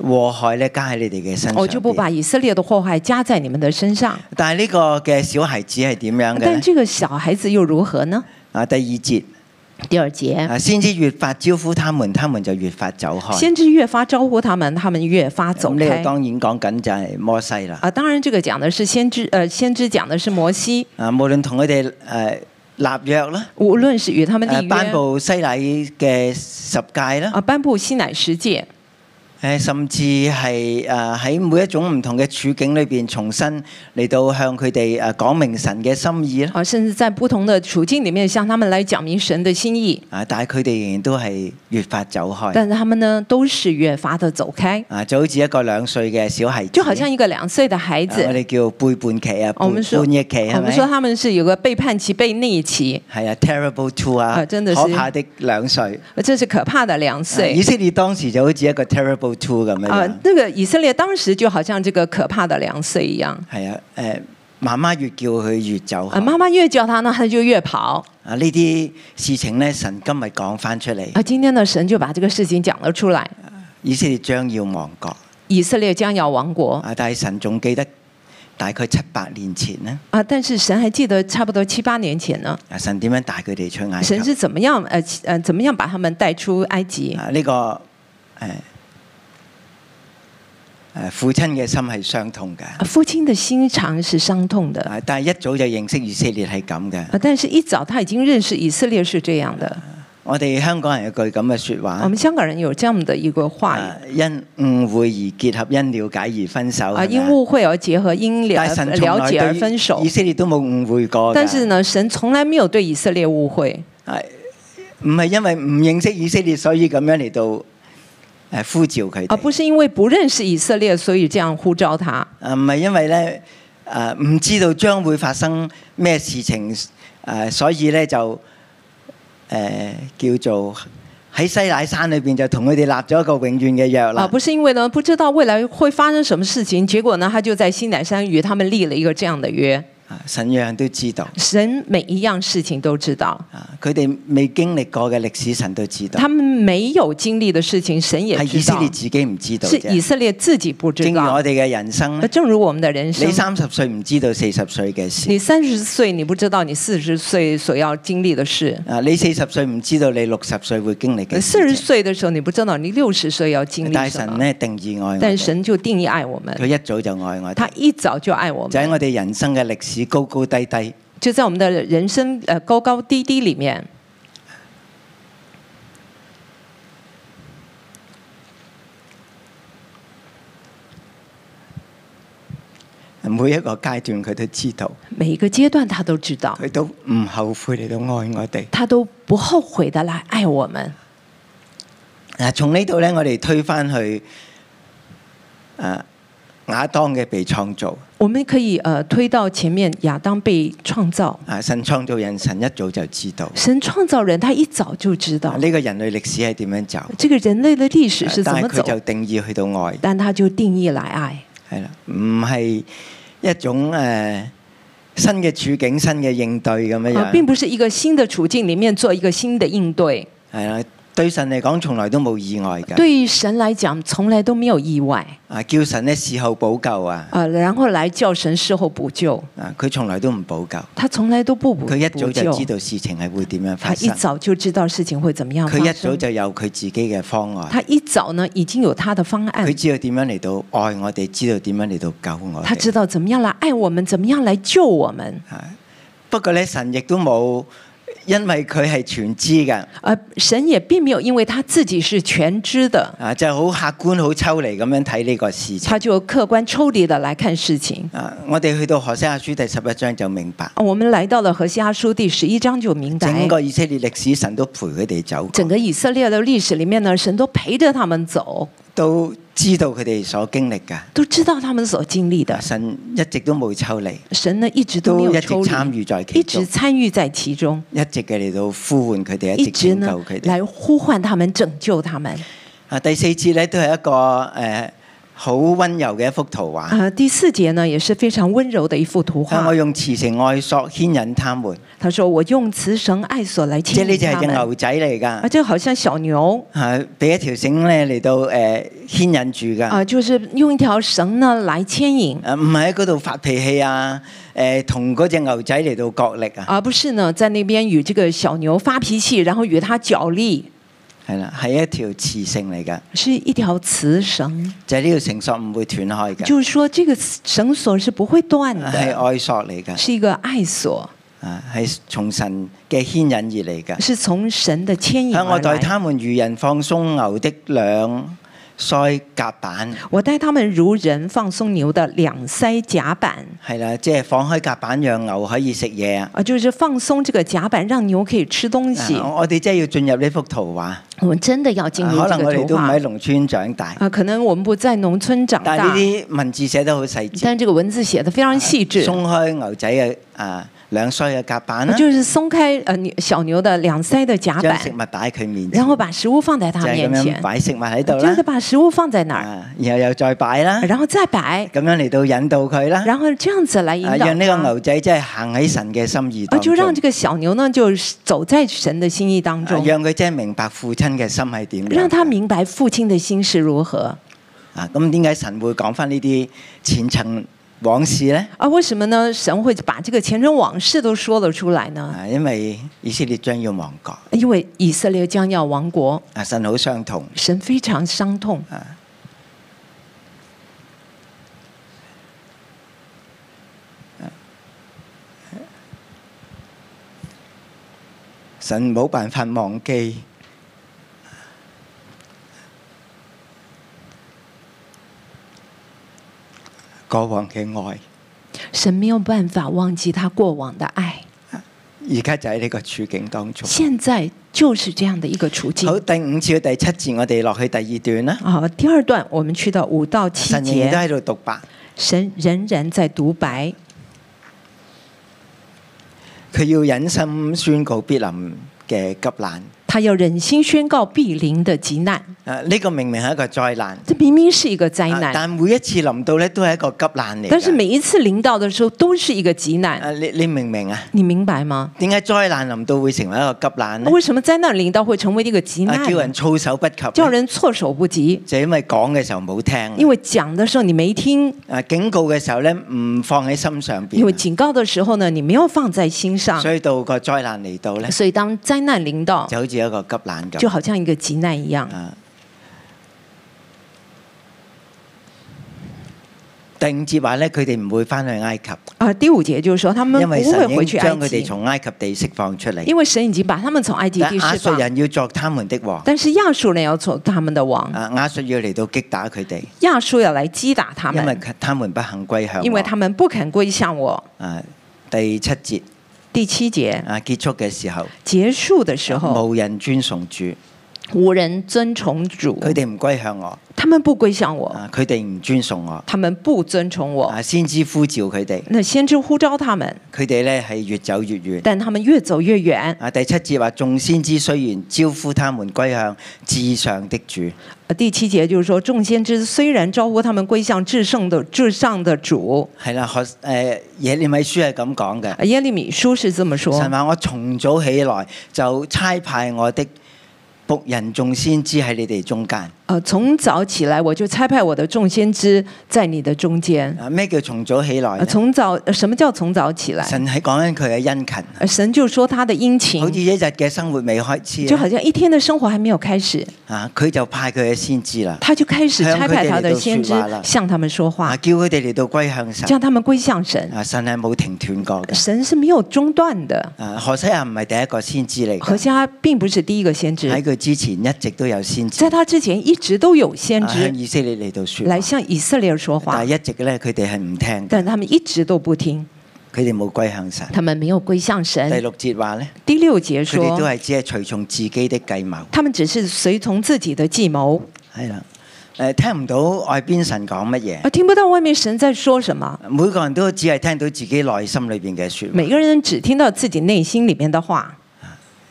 Speaker 2: 禍害咧加喺你哋嘅身上邊。
Speaker 3: 我就不把以色列的禍害加在你們的身上。
Speaker 2: 但係呢個嘅小孩子係點樣嘅
Speaker 3: 但
Speaker 2: 呢？
Speaker 3: 這個小孩子又如何呢？
Speaker 2: 啊，第二節
Speaker 3: 第二節，
Speaker 2: 啊，先知越發招呼他們，他們就越發走開。
Speaker 3: 先知越發招呼他們，他們越發走
Speaker 2: 咁呢
Speaker 3: 開
Speaker 2: 個。當然講緊就係摩西啦。
Speaker 3: 啊，當然，這個講的是先知，呃，先知講的是摩西，
Speaker 2: 啊，無論同佢哋誒立約啦，
Speaker 3: 無論是與他們立
Speaker 2: 誒
Speaker 3: 約，
Speaker 2: 頒呃布西禮嘅十戒啦，
Speaker 3: 啊，頒布西乃十戒，
Speaker 2: 誒甚至係誒喺每一種唔同嘅處境裏邊，重新嚟到向佢哋誒講明神嘅心意啦。
Speaker 3: 啊，甚至在不同的處境裡面向他們來講明神的心意，
Speaker 2: 啊，但係佢哋仍然都係越發走開。
Speaker 3: 但是他們呢，都是越發的走開。
Speaker 2: 啊，就好似一個兩歲嘅小孩子，
Speaker 3: 就好像一個兩歲的孩
Speaker 2: 啊
Speaker 3: 子，
Speaker 2: 我哋叫背叛期啊，
Speaker 3: 我
Speaker 2: 叛
Speaker 3: 們說，
Speaker 2: 叛逆期係
Speaker 3: 我們說
Speaker 2: 咪？
Speaker 3: 他們是有個背叛期、背逆期，
Speaker 2: 係啊，terrible two 啊，
Speaker 3: 啊真的是
Speaker 2: 可怕的兩歲。
Speaker 3: 呃这是可怕的兩
Speaker 2: 啊以
Speaker 3: 歲。
Speaker 2: 色列當時就好似一個 terrible two 咁樣
Speaker 3: 啊
Speaker 2: 樣，，
Speaker 3: 那個以色列當時就好像這個可怕的兩歲一樣，
Speaker 2: 係啊，誒媽媽越叫佢越走
Speaker 3: 啊，
Speaker 2: 開。
Speaker 3: 媽媽越叫他呢，他就越跑。
Speaker 2: 啊，呢啲事情咧，神今日講翻出嚟，
Speaker 3: 啊，今天呢，神就把這個事情講了出來。
Speaker 2: 以色列將要亡國
Speaker 3: 以色列將要亡國
Speaker 2: 啊，但係神仲記得大概七八年前呢，
Speaker 3: 啊，但是神還記得差不多七八年前呢，
Speaker 2: 啊神點樣帶佢哋出埃及
Speaker 3: 神？是怎麼樣呃呃怎麼樣把他們帶出埃及？
Speaker 2: 啊，呢、個誒誒呃父親嘅心係傷痛嘅，
Speaker 3: 啊父親的心腸是傷痛的，
Speaker 2: 啊，但係一早就認識以色列係咁嘅。
Speaker 3: 啊，但是一早他已經認識以色列是這樣的。
Speaker 2: 我哋香港人有句咁嘅説
Speaker 3: 我
Speaker 2: 話，
Speaker 3: 們香港人有這樣的一個話語
Speaker 2: 啊因誤會而結合，因了解而分手。
Speaker 3: 啊，
Speaker 2: 係咪
Speaker 3: 因誤會而結合，因了
Speaker 2: 但係神從
Speaker 3: 了
Speaker 2: 來
Speaker 3: 解而
Speaker 2: 對
Speaker 3: 分手
Speaker 2: 以。色列都冇誤會過㗎。
Speaker 3: 但是呢，神從來沒有對以色列誤會，
Speaker 2: 係唔係因為唔認識以色列，所以咁樣嚟到誒呼召佢
Speaker 3: 啊而不
Speaker 2: 哋？
Speaker 3: 是因為不認識以色列，所以這樣呼召他，
Speaker 2: 啊，唔係因為咧誒啊唔知道將會發生咩事情誒、所以咧就誒、叫做喺西乃山裏邊就同佢哋立咗一個永遠嘅約
Speaker 3: 啊，
Speaker 2: 啦。
Speaker 3: 不是因為呢不知道未來會發生什麼事情，結果呢，他就在西乃山與他們立了一個這樣的約。
Speaker 2: 啊神樣樣都知道。
Speaker 3: 神每一樣事情都知道，
Speaker 2: 啊！佢哋未經歷過嘅歷史，神都知道
Speaker 3: 他。們沒有經歷的事情，神也
Speaker 2: 係以
Speaker 3: 知
Speaker 2: 色
Speaker 3: 道
Speaker 2: 列，自己唔知道
Speaker 3: 是以
Speaker 2: 啫。
Speaker 3: 色列自己不知
Speaker 2: 正如
Speaker 3: 道
Speaker 2: 我。哋嘅人生
Speaker 3: 呃
Speaker 2: 咧，
Speaker 3: 正如我們的人生
Speaker 2: 你，三十歲唔知道四十歲嘅事
Speaker 3: 你，三十歲你不知道你四十歲所要經歷的事，
Speaker 2: 啊！你四十歲唔知道你六十歲會經歷嘅
Speaker 3: 四
Speaker 2: 事
Speaker 3: 十
Speaker 2: 情。
Speaker 3: 歲的時候，你不知道你六十歲要經
Speaker 2: 但
Speaker 3: 歷
Speaker 2: 係
Speaker 3: 什
Speaker 2: 神
Speaker 3: 麼，
Speaker 2: 咧定義愛我
Speaker 3: 但
Speaker 2: 哋，
Speaker 3: 神就定義愛我
Speaker 2: 佢
Speaker 3: 們，
Speaker 2: 一早就愛我
Speaker 3: 他
Speaker 2: 哋，
Speaker 3: 一早就愛我
Speaker 2: 就喺
Speaker 3: 們，
Speaker 2: 我哋人生嘅歷史高高低低，
Speaker 3: 就在我們的人生呃高高低低裡面，
Speaker 2: 每一個階段佢都知道，
Speaker 3: 每一個階段他都知道，
Speaker 2: 佢都唔後悔嚟到愛我哋。
Speaker 3: 他都不後悔的來愛我們。
Speaker 2: 啊！從呢度咧，我哋推返去啊亞當嘅被創造。
Speaker 3: 我們可以呃推到前面，亞當被創造，
Speaker 2: 啊！神創造人，神一早就知道
Speaker 3: 神創造人，他一早就知
Speaker 2: 啊
Speaker 3: 道
Speaker 2: 呢個人類歷史係點樣走，啊
Speaker 3: 這個人類的歷史
Speaker 2: 但
Speaker 3: 是怎
Speaker 2: 係
Speaker 3: 麼
Speaker 2: 佢就
Speaker 3: 走，
Speaker 2: 定義去到愛，
Speaker 3: 但他就定義來愛，
Speaker 2: 係啦，唔係一種誒、呃新嘅處境、新嘅應對咁樣
Speaker 3: 啊，並
Speaker 2: 樣，
Speaker 3: 不是一個新的處境裡面做一個新的應對。
Speaker 2: 係啦。對神嚟講，從來都冇意外㗎。
Speaker 3: 對於神來講，從來都沒有意外，
Speaker 2: 啊，叫神咧事後補救啊，
Speaker 3: 呃，然後來叫神事後補救，
Speaker 2: 啊，佢從來都唔補救，
Speaker 3: 他從來都不補
Speaker 2: 佢一早就
Speaker 3: 補
Speaker 2: 知
Speaker 3: 救，
Speaker 2: 道事情係會點樣
Speaker 3: 他
Speaker 2: 發
Speaker 3: 一
Speaker 2: 生，
Speaker 3: 早就知道事情會怎麼樣
Speaker 2: 佢
Speaker 3: 發
Speaker 2: 一早
Speaker 3: 生，
Speaker 2: 就有佢自己嘅方案，
Speaker 3: 他一早呢已經有他的方案
Speaker 2: 佢，知道點樣嚟到愛我哋，知道點樣嚟到救我
Speaker 3: 他
Speaker 2: 哋
Speaker 3: 知。道怎麼樣來愛我們，怎麼樣來救我們。
Speaker 2: 啊不過咧，神亦都冇，因為佢係全知嘅，
Speaker 3: 而呃神也并没有因为他自己是全知的，
Speaker 2: 啊，就係好客觀、好抽離咁樣睇呢個事情。
Speaker 3: 他就客观抽离的来看事情。
Speaker 2: 啊，我哋去到何西亞書第十一章就明白，
Speaker 3: 啊我们来到了何西阿书第十一章，就明白
Speaker 2: 整個以色列歷史神都陪佢哋走過，
Speaker 3: 整个以色列的历史里面呢，神都陪着他们走，
Speaker 2: 都知道佢哋所經歷嘅。
Speaker 3: 都知道他们所经历的。
Speaker 2: 神一直都冇抽離，
Speaker 3: 神呢一直都没
Speaker 2: 都
Speaker 3: 有
Speaker 2: 一直
Speaker 3: 抽离，
Speaker 2: 參與在其
Speaker 3: 一
Speaker 2: 中
Speaker 3: 直，参与在其中，
Speaker 2: 一直嘅嚟到呼喚佢哋，一
Speaker 3: 一
Speaker 2: 直
Speaker 3: 直
Speaker 2: 拯救
Speaker 3: 呢
Speaker 2: 佢哋。
Speaker 3: 来呼唤他们、拯救他们。
Speaker 2: 啊，第四節咧都係一個誒好温柔嘅一幅圖畫。
Speaker 3: 啊、第四节呢也是非常温柔的一幅图
Speaker 2: 啊
Speaker 3: 画
Speaker 2: 我。用慈繩愛索牽引他們，
Speaker 3: 他说：“我用慈绳爱索来
Speaker 2: 即係
Speaker 3: 牵
Speaker 2: 呢
Speaker 3: 引
Speaker 2: 只
Speaker 3: 他
Speaker 2: 係只
Speaker 3: 们。”
Speaker 2: 牛仔嚟㗎。
Speaker 3: 啊，这好像小牛
Speaker 2: 啊，俾一條繩咧嚟到誒、呃、牽引住㗎。
Speaker 3: 啊，就是用一条绳呢来牵引，
Speaker 2: 誒唔係喺嗰度發脾氣啊！誒同嗰只牛仔嚟到角力啊，
Speaker 3: 而不是呢在那边与这个小牛发脾气，然后与它角力，
Speaker 2: 係啦，係一條磁性嚟㗎，
Speaker 3: 是一条磁绳，
Speaker 2: 就係呢條繩索唔會斷開㗎，
Speaker 3: 就是说这个绳索是不会断
Speaker 2: 係
Speaker 3: 的，
Speaker 2: 愛索嚟㗎，
Speaker 3: 是一个爱索，
Speaker 2: 啊係從神嘅牽引而嚟㗎。
Speaker 3: 是從神的牵引
Speaker 2: 向啊我
Speaker 3: 而
Speaker 2: 待
Speaker 3: 来。
Speaker 2: 他們如人放鬆牛的兩腮夾板，
Speaker 3: 我待他们如人放松牛的两腮甲板
Speaker 2: 係啦，即係放開夾板讓牛可以食嘢啊！
Speaker 3: 啊，就是放松这个甲板，让牛可以吃东
Speaker 2: 啊
Speaker 3: 西。
Speaker 2: 我我哋真係要進入呢幅圖畫，啊
Speaker 3: 我们真的要进入
Speaker 2: 可
Speaker 3: 这
Speaker 2: 能我
Speaker 3: 个
Speaker 2: 哋
Speaker 3: 图
Speaker 2: 都唔
Speaker 3: 画
Speaker 2: 喺農村長大。
Speaker 3: 啊，可能我们不在农村长
Speaker 2: 但係
Speaker 3: 大
Speaker 2: 呢，啲文字寫得好細緻，
Speaker 3: 但这个文字写的非常细致。
Speaker 2: 鬆開牛仔嘅啊兩腮嘅夾板啦，
Speaker 3: 就是松開呃牛小牛的兩腮的甲
Speaker 2: 將
Speaker 3: 板
Speaker 2: 食，物擺喺佢面前，
Speaker 3: 然後把食物放在它
Speaker 2: 就係
Speaker 3: 面
Speaker 2: 咁樣
Speaker 3: 前，
Speaker 2: 擺食物喺度
Speaker 3: 就是
Speaker 2: 啦，
Speaker 3: 把食物放在那儿，
Speaker 2: 啊，然後又再擺啦，
Speaker 3: 然後再擺，
Speaker 2: 咁樣嚟到引導佢啦，
Speaker 3: 然後這樣子來引
Speaker 2: 啊，
Speaker 3: 導
Speaker 2: 讓呢個
Speaker 3: 它，
Speaker 2: 牛仔真係行喺神嘅心意
Speaker 3: 啊，
Speaker 2: 當
Speaker 3: 就
Speaker 2: 中，
Speaker 3: 讓這個小牛呢，就是走在神的心意當
Speaker 2: 啊
Speaker 3: 中，
Speaker 2: 讓佢真係明白父親嘅心係點
Speaker 3: 讓他
Speaker 2: 樣。
Speaker 3: 明白父親的心是如何。
Speaker 2: 啊，咁點解神會講翻呢啲前塵往事呢？
Speaker 3: 啊，為什麼呢？神會把這個前塵往事都說了出來呢？
Speaker 2: 啊，因為以色列將要亡國，
Speaker 3: 因為以色列將要亡國，
Speaker 2: 啊，神好傷痛。
Speaker 3: 神非常傷痛。
Speaker 2: 神冇辦法忘記過往嘅愛，
Speaker 3: 神沒有辦法忘記他過往的愛，
Speaker 2: 而家就喺呢個處境當中。
Speaker 3: 現在就是這樣的一個處境
Speaker 2: 好，。第五至到第七節，我哋落去第二段啦。
Speaker 3: 好，啊第二段我们去到五到七
Speaker 2: 神仍然都
Speaker 3: 节，
Speaker 2: 喺度讀白，
Speaker 3: 神仍然在独白，
Speaker 2: 佢要忍心宣告必臨嘅急難。
Speaker 3: 他要忍心宣告必临的急难。
Speaker 2: 啊！呢、個明明係一個災難，
Speaker 3: 这明明是一个灾
Speaker 2: 啊
Speaker 3: 难，
Speaker 2: 但每一次臨到咧都係一個急難嚟㗎。
Speaker 3: 但是每一次临到的时候都是一个急难，
Speaker 2: 啊，你你明唔明啊？
Speaker 3: 你明白吗？
Speaker 2: 點解災難臨到會成為一個急難
Speaker 3: 那
Speaker 2: 呢？
Speaker 3: 为什么灾难临到会成为一个急
Speaker 2: 嗯啊，叫
Speaker 3: 难
Speaker 2: 人？措手不及呢，
Speaker 3: 叫人措手不及，
Speaker 2: 就因為講嘅時候冇聽，
Speaker 3: 因为講的时候你没聽，
Speaker 2: 啊警告嘅時候咧唔放喺心上
Speaker 3: 因为
Speaker 2: 邊，
Speaker 3: 警告的時候呢你沒有放在心上，
Speaker 2: 所以到個災難嚟到咧，
Speaker 3: 所以当灾难临到，
Speaker 2: 就好似一個急難
Speaker 3: 就
Speaker 2: 咁。
Speaker 3: 好像一个急难一样。
Speaker 2: 啊，第五節話咧，佢哋唔會翻去埃及，
Speaker 3: 啊，第五节就是说他们
Speaker 2: 因
Speaker 3: 不
Speaker 2: 為
Speaker 3: 会
Speaker 2: 神
Speaker 3: 回
Speaker 2: 已
Speaker 3: 去
Speaker 2: 經
Speaker 3: 埃
Speaker 2: 將佢哋
Speaker 3: 及，
Speaker 2: 從埃及啊地釋放出嚟。
Speaker 3: 因為神已經把他們從埃及
Speaker 2: 但
Speaker 3: 地
Speaker 2: 亞
Speaker 3: 釋
Speaker 2: 述
Speaker 3: 放。
Speaker 2: 人要作他們的王，
Speaker 3: 但是亚述人要做他们的王，
Speaker 2: 啊亞述要嚟到擊打佢哋，
Speaker 3: 亚述要来击打他
Speaker 2: 因呃為
Speaker 3: 们，
Speaker 2: 佢他們不肯歸向我。
Speaker 3: 因为他們不肯归向我。
Speaker 2: 啊，第七節
Speaker 3: 第七节
Speaker 2: 啊，結束嘅時候，
Speaker 3: 结束的时候，
Speaker 2: 無人尊崇主，
Speaker 3: 哦无人尊崇主，
Speaker 2: 佢哋唔歸向我，
Speaker 3: 他們不归向我，
Speaker 2: 啊，佢哋唔尊崇我，
Speaker 3: 他們不尊崇我。
Speaker 2: 啊，先知呼召佢哋，
Speaker 3: 那先知呼召他們，
Speaker 2: 佢哋咧係越走越遠。
Speaker 3: 但他們越走越遠。
Speaker 2: 啊，第七節話眾先知雖然招呼他們歸向至上的主，
Speaker 3: 呃第七节就是说，众先知虽然招呼他們归向至圣的至上的主，
Speaker 2: 係啦，學誒、耶利米書係咁講嘅。
Speaker 3: 呃耶利米书是这么说
Speaker 2: 神。話我從早起來就差派我的仆人眾先知喺你哋中間。
Speaker 3: 呃，從早起來我就差派我的眾先知在你的中間。
Speaker 2: 啊，咩叫從早起來
Speaker 3: 呃，
Speaker 2: 呢？
Speaker 3: 從早，呃什麼叫從早起來？
Speaker 2: 神係講緊佢嘅殷勤，
Speaker 3: 呃神就說他的
Speaker 2: 好
Speaker 3: 殷
Speaker 2: 似
Speaker 3: 勤，
Speaker 2: 一日嘅生活未開始
Speaker 3: 就
Speaker 2: 啊
Speaker 3: 好像一天的生活還沒有開始，
Speaker 2: 啊，佢就派佢嘅先知啦，
Speaker 3: 他就開始差派他的先
Speaker 2: 向佢哋嚟到
Speaker 3: 知
Speaker 2: 說話啦
Speaker 3: 向他們說
Speaker 2: 啊，
Speaker 3: 話，
Speaker 2: 叫佢哋嚟到歸向神。
Speaker 3: 叫他們歸向神。
Speaker 2: 啊，神係冇停斷過嘅。
Speaker 3: 神是沒有中斷的。
Speaker 2: 啊，何西亞唔係第一個先知嚟
Speaker 3: 何
Speaker 2: 嘅，
Speaker 3: 西阿並不是第一個先
Speaker 2: 喺
Speaker 3: 知，
Speaker 2: 佢之前一直都有先知
Speaker 3: 在他之前一直都有先
Speaker 2: 啊向
Speaker 3: 知
Speaker 2: 以色列嚟到説
Speaker 3: 來
Speaker 2: 話，
Speaker 3: 向以色列人說話
Speaker 2: 但，係一直咧佢哋係唔聽嘅，
Speaker 3: 但他們一直都不聽，
Speaker 2: 佢哋冇歸向神。
Speaker 3: 他們沒有歸向
Speaker 2: 第
Speaker 3: 神。
Speaker 2: 六節話咧，
Speaker 3: 第六節
Speaker 2: 佢哋都
Speaker 3: 說，
Speaker 2: 係只係隨從自己的計謀，
Speaker 3: 他們只是隨從自己的計謀，
Speaker 2: 係啦，誒聽唔到外邊神講乜嘢。
Speaker 3: 而聽不到外面神在說什麼。
Speaker 2: 每個人都只係聽到自己內心裏邊嘅説話，
Speaker 3: 每個人只聽到自己內心裡面的話，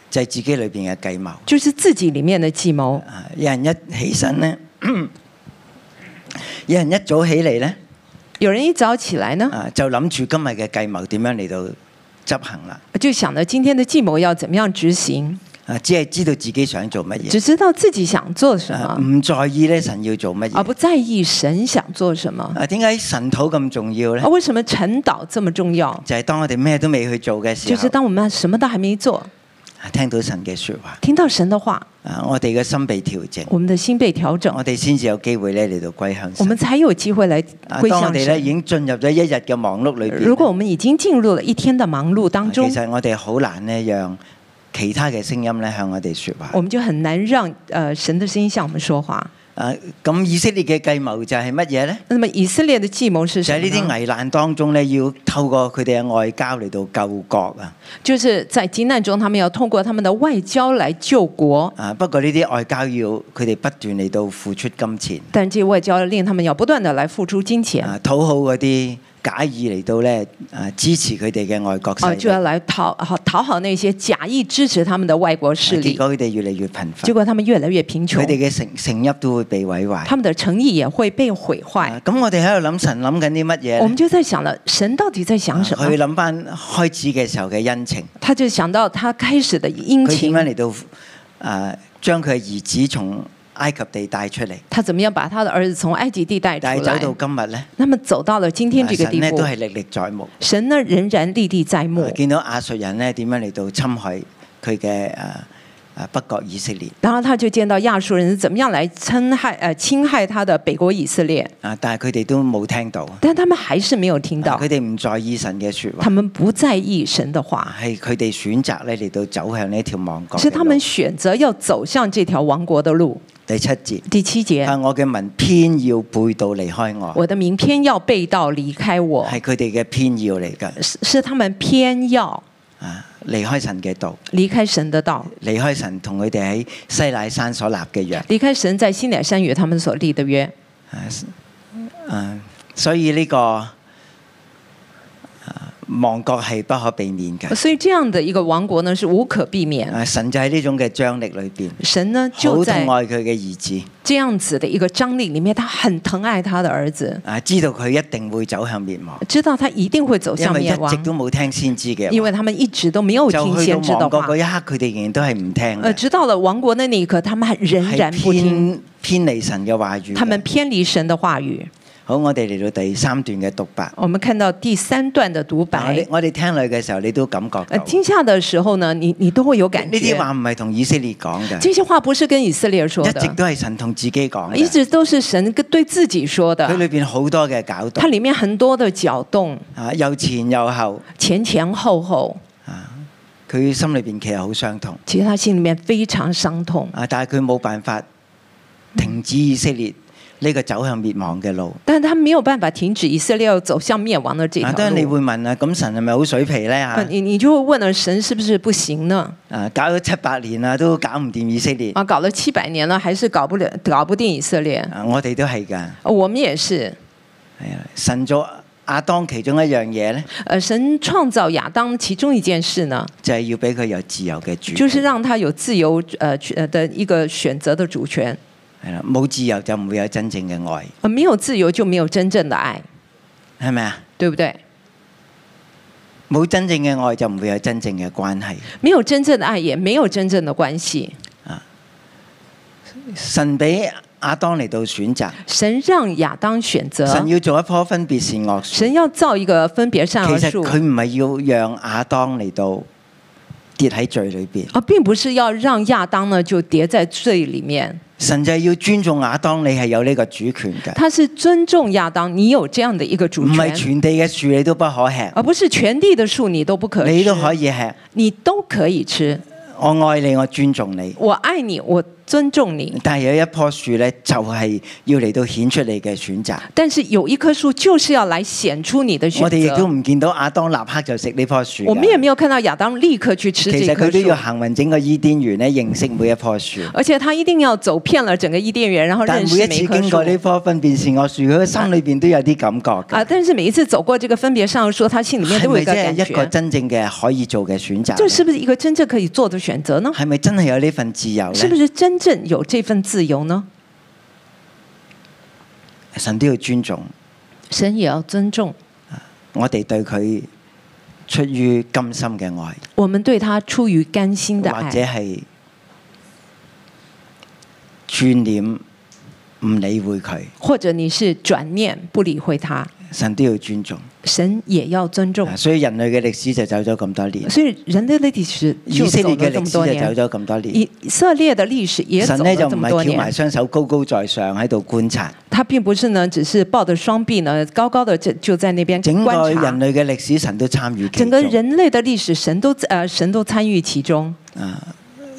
Speaker 2: 就係、自己裏邊嘅計謀。
Speaker 3: 就是自己裡面的計謀。
Speaker 2: 啊有人一起身咧， 有人一早起嚟咧，
Speaker 3: 有人一早起來呢，
Speaker 2: 啊就諗住今日嘅計謀點樣嚟到執行啦。
Speaker 3: 就想着今天的計謀要怎麼樣執行，
Speaker 2: 啊，只係知道自己想做乜嘢
Speaker 3: 只，知道自己想做什
Speaker 2: 啊
Speaker 3: 麼，
Speaker 2: 唔在意咧神要做乜
Speaker 3: 而
Speaker 2: 嘢。
Speaker 3: 不在意神想做什麼。
Speaker 2: 啊，點解神土咁重要咧
Speaker 3: 啊，？為什麼晨禱這麼重要？
Speaker 2: 就係當我哋咩都未去做嘅時
Speaker 3: 就是
Speaker 2: 候，
Speaker 3: 當我們什麼都還沒做，
Speaker 2: 啊聽到神嘅説話，
Speaker 3: 聽到神的話，
Speaker 2: 啊，我哋嘅心被調整，
Speaker 3: 我們的心被調整，
Speaker 2: 我哋先至有機會咧嚟到歸向
Speaker 3: 我
Speaker 2: 神。
Speaker 3: 們才有機會來
Speaker 2: 啊，
Speaker 3: 歸
Speaker 2: 當我
Speaker 3: 向
Speaker 2: 哋咧已經
Speaker 3: 神。
Speaker 2: 進入咗一日嘅忙碌裏邊咧，
Speaker 3: 如果我們已經進入了一天的忙碌當中
Speaker 2: 其，實我哋好難咧，讓其他嘅聲音咧向我哋説話。
Speaker 3: 我們就很難讓呃神的聲音向我們說話。
Speaker 2: 啊，咁以色列嘅計謀就係乜嘢咧？
Speaker 3: 那麼以色列的計謀是
Speaker 2: 就
Speaker 3: 什
Speaker 2: 喺呢
Speaker 3: 麼
Speaker 2: 啲
Speaker 3: 呢？
Speaker 2: 危難當中咧，要透過佢哋嘅外交嚟到救國啊！
Speaker 3: 就是在急難中，他們要通過他們的外交來救國，
Speaker 2: 啊，不過呢啲外交要佢哋不斷嚟到付出金錢
Speaker 3: 但這外交令他們要不斷的來付出金錢啊、
Speaker 2: 啊，討好嗰啲假意嚟到咧啊支持佢哋嘅外國勢
Speaker 3: 啊哦就要
Speaker 2: 力，啊
Speaker 3: 來討好討好那些假意支持他們的外國勢
Speaker 2: 結
Speaker 3: 力，
Speaker 2: 果佢哋越嚟越貧
Speaker 3: 結
Speaker 2: 乏，
Speaker 3: 果他們越來越貧
Speaker 2: 佢
Speaker 3: 窮，
Speaker 2: 哋嘅城城邑都會被毀壞。
Speaker 3: 他們的誠意也會被毀壞。
Speaker 2: 啊咁我哋喺度諗神諗緊啲乜嘢
Speaker 3: 我
Speaker 2: 咧
Speaker 3: 們？就在想了，神到底在
Speaker 2: 啊
Speaker 3: 想什
Speaker 2: 佢
Speaker 3: 麼？
Speaker 2: 諗翻開始嘅時候嘅恩情。
Speaker 3: 他就想到他開始的殷
Speaker 2: 佢點
Speaker 3: 勤，
Speaker 2: 樣嚟到啊將佢嘅兒子從埃及地帶出嚟？
Speaker 3: 他怎麼樣把他的兒子從埃及地帶出
Speaker 2: 但係
Speaker 3: 來
Speaker 2: 走？到今日咧，
Speaker 3: 那麼走到了今天
Speaker 2: 啊
Speaker 3: 這個
Speaker 2: 神
Speaker 3: 地
Speaker 2: 咧
Speaker 3: 步
Speaker 2: 都，係歷歷在目。
Speaker 3: 神呢仍然歷歷在目
Speaker 2: 啊。見到亞述人咧點樣嚟到侵害佢嘅啊啊北國以色列
Speaker 3: 然後他就見到亞述人是怎麼樣來侵害呃侵害他的北國以色列，
Speaker 2: 啊，但係佢哋都冇聽到，
Speaker 3: 但他們還是沒有聽
Speaker 2: 啊
Speaker 3: 到
Speaker 2: 佢，哋唔在意神嘅説
Speaker 3: 他
Speaker 2: 話，
Speaker 3: 們不在意神的話，
Speaker 2: 係佢哋選擇咧嚟到走向呢一條亡國嘅
Speaker 3: 是他們
Speaker 2: 路。
Speaker 3: 選擇要走向這條亡國的路。
Speaker 2: 第七節，
Speaker 3: 第七節，
Speaker 2: 但我嘅民偏要背道離開我，
Speaker 3: 我的名偏要背道離開我，
Speaker 2: 係佢哋嘅偏要嚟㗎
Speaker 3: 是是他們偏要
Speaker 2: 啊，離開神嘅道。
Speaker 3: 離開神的道。
Speaker 2: 離開神同佢哋喺西乃山所立嘅約，
Speaker 3: 離開神在西乃山與他們所立的約，
Speaker 2: 啊所以呢、個啊亡國係不可避免嘅。
Speaker 3: 所以這樣的一個亡國呢是無可避免。
Speaker 2: 啊神就喺呢種嘅張力裏邊，
Speaker 3: 神呢
Speaker 2: 好啊
Speaker 3: 就
Speaker 2: 痛
Speaker 3: 在
Speaker 2: 愛佢嘅兒子，
Speaker 3: 這樣子的一個張力裡面，他很疼愛他的兒子，
Speaker 2: 啊知道佢一定會走向滅亡，
Speaker 3: 知道他一定會走
Speaker 2: 因
Speaker 3: 向
Speaker 2: 為一
Speaker 3: 滅
Speaker 2: 直
Speaker 3: 亡，
Speaker 2: 都冇聽先知嘅話，
Speaker 3: 因為他們一直都沒有聽
Speaker 2: 就去
Speaker 3: 先知
Speaker 2: 到
Speaker 3: 的
Speaker 2: 亡國
Speaker 3: 話
Speaker 2: 嗰。一刻，佢哋仍然都係唔聽
Speaker 3: 呃，
Speaker 2: 嘅，
Speaker 3: 直到了亡國的那一刻，他們還呃仍然不
Speaker 2: 係
Speaker 3: 聽，
Speaker 2: 偏偏離神嘅話語
Speaker 3: 他們
Speaker 2: 嘅。
Speaker 3: 偏離神的話語。
Speaker 2: 好，我哋嚟到第三段嘅獨白，
Speaker 3: 我們看到第三段的獨
Speaker 2: 我哋
Speaker 3: 白，
Speaker 2: 我哋聽落去嘅時候，你都感覺
Speaker 3: 呃，
Speaker 2: 到
Speaker 3: 聽下的時候呢，你你都會有感
Speaker 2: 呢啲
Speaker 3: 覺。
Speaker 2: 話唔係同以色列講嘅。
Speaker 3: 這些話不是跟以色列說
Speaker 2: 一直
Speaker 3: 的，
Speaker 2: 都係神同自己講
Speaker 3: 一
Speaker 2: 嘅，
Speaker 3: 直都是神跟對自己說的
Speaker 2: 佢。裏邊好多嘅搞
Speaker 3: 它
Speaker 2: 動，
Speaker 3: 裡面很多的攪動，
Speaker 2: 啊又前又後，
Speaker 3: 前前後後，
Speaker 2: 佢心裏邊其實好傷痛，
Speaker 3: 其實他心裡面非常傷痛，
Speaker 2: 啊但係佢冇辦法停止以色列呢個走向滅亡嘅路。
Speaker 3: 但他沒有辦法停止以色列要走向滅亡的這
Speaker 2: 啊，當
Speaker 3: 條
Speaker 2: 然你
Speaker 3: 路。
Speaker 2: 會問啊，咁神係咪好水皮呢？啊
Speaker 3: 呃
Speaker 2: 嚇？
Speaker 3: 你你就會問了，神是不是不行呢？
Speaker 2: 啊，搞咗七八年啦，都搞唔掂以色列。
Speaker 3: 啊，搞了七百年了，還是搞不了，搞不定以色列。
Speaker 2: 啊，我哋都係㗎，
Speaker 3: 呃我們也是，
Speaker 2: 係啊，神做亞當其中一樣嘢呢，
Speaker 3: 呃，神創造亞當其中一件事呢，
Speaker 2: 就係要俾佢有自由嘅主
Speaker 3: 就
Speaker 2: 權，
Speaker 3: 是讓他有自由呃去呃的一個選擇的主權。
Speaker 2: 係啦，冇自由就唔會有真正嘅愛，
Speaker 3: 呃，沒有自由就沒有真正的愛，
Speaker 2: 係咪啊？
Speaker 3: 對不對？
Speaker 2: 冇真正嘅愛就唔會有真正嘅關係。
Speaker 3: 沒有真正的愛，也沒有真正的關係。
Speaker 2: 神俾亞當嚟到選擇，
Speaker 3: 神让亚当选择，
Speaker 2: 神要做一棵分別善惡樹。
Speaker 3: 神要造一个分别善
Speaker 2: 其
Speaker 3: 恶
Speaker 2: 實
Speaker 3: 树
Speaker 2: 佢唔係要讓亞當嚟到跌喺罪裏邊，
Speaker 3: 啊，并不是要让亚当呢就跌在罪里面，
Speaker 2: 神就係要尊重亞當，你係有呢個主權嘅，
Speaker 3: 他是尊重亚当，你有这样的一个主
Speaker 2: 唔係
Speaker 3: 权，
Speaker 2: 全地嘅樹你都不可吃，
Speaker 3: 而不是全地的树你都不可吃，
Speaker 2: 你都可以吃。
Speaker 3: 你都可以吃。
Speaker 2: 我愛你，我尊重你。
Speaker 3: 我爱你，我尊重你，
Speaker 2: 但係有一棵樹咧，就係要嚟到顯出你嘅選擇。
Speaker 3: 但是有一棵树就是要来显出你的选择。
Speaker 2: 我哋亦都唔見到亞當立刻就食呢棵樹㗎。
Speaker 3: 我们也没有看到亚当立刻去吃
Speaker 2: 其
Speaker 3: 这
Speaker 2: 實
Speaker 3: 棵
Speaker 2: 佢都要
Speaker 3: 树，
Speaker 2: 行運整個伊甸園咧，認識每一棵樹。
Speaker 3: 而且他一定要走遍了整个伊甸园，然后
Speaker 2: 但
Speaker 3: 认
Speaker 2: 每
Speaker 3: 识
Speaker 2: 一
Speaker 3: 每
Speaker 2: 次
Speaker 3: 棵
Speaker 2: 經
Speaker 3: 树
Speaker 2: 過。呢棵分辨善惡樹，佢嘅心裏邊都有啲感覺
Speaker 3: 啊！
Speaker 2: 嘅。
Speaker 3: 但是每一次走过这个分别上树，他心里面
Speaker 2: 係
Speaker 3: 都有
Speaker 2: 咪 真
Speaker 3: 一个感
Speaker 2: 係一啊個
Speaker 3: 觉，
Speaker 2: 真正嘅可以做嘅選擇
Speaker 3: 这
Speaker 2: 呢？
Speaker 3: 是不是一个真正可以做的选择呢？
Speaker 2: 係咪真係有呢份自由
Speaker 3: 是不
Speaker 2: 呢？
Speaker 3: 是真正有这份自由呢？
Speaker 2: 神都要尊重
Speaker 3: 神也要尊重
Speaker 2: 我哋對佢出於甘心嘅愛，
Speaker 3: 我们对他出于甘心的
Speaker 2: 或者
Speaker 3: 爱，
Speaker 2: 係轉念唔理會佢，
Speaker 3: 或者你是转念不理会他，
Speaker 2: 神都要尊重。
Speaker 3: 神也要尊重
Speaker 2: 啊。所以人類嘅歷史就走咗咁多年，
Speaker 3: 所以人类的历史就
Speaker 2: 以色列
Speaker 3: 走
Speaker 2: 嘅
Speaker 3: 了
Speaker 2: 歷
Speaker 3: 这么
Speaker 2: 史
Speaker 3: 多
Speaker 2: 就
Speaker 3: 年，
Speaker 2: 走咗咁多年。
Speaker 3: 以色列的历史也走
Speaker 2: 神
Speaker 3: 了
Speaker 2: 呢就
Speaker 3: 这
Speaker 2: 唔
Speaker 3: 么多
Speaker 2: 係翹埋
Speaker 3: 年。
Speaker 2: 雙手高高在上喺度觀察，
Speaker 3: 他并不是呢，只是抱着双臂呢，高高的就就在那边
Speaker 2: 整個
Speaker 3: 观
Speaker 2: 人
Speaker 3: 察。
Speaker 2: 類嘅歷史神都參與其
Speaker 3: 整个
Speaker 2: 中，
Speaker 3: 人类的历史，神都呃神都参与其中，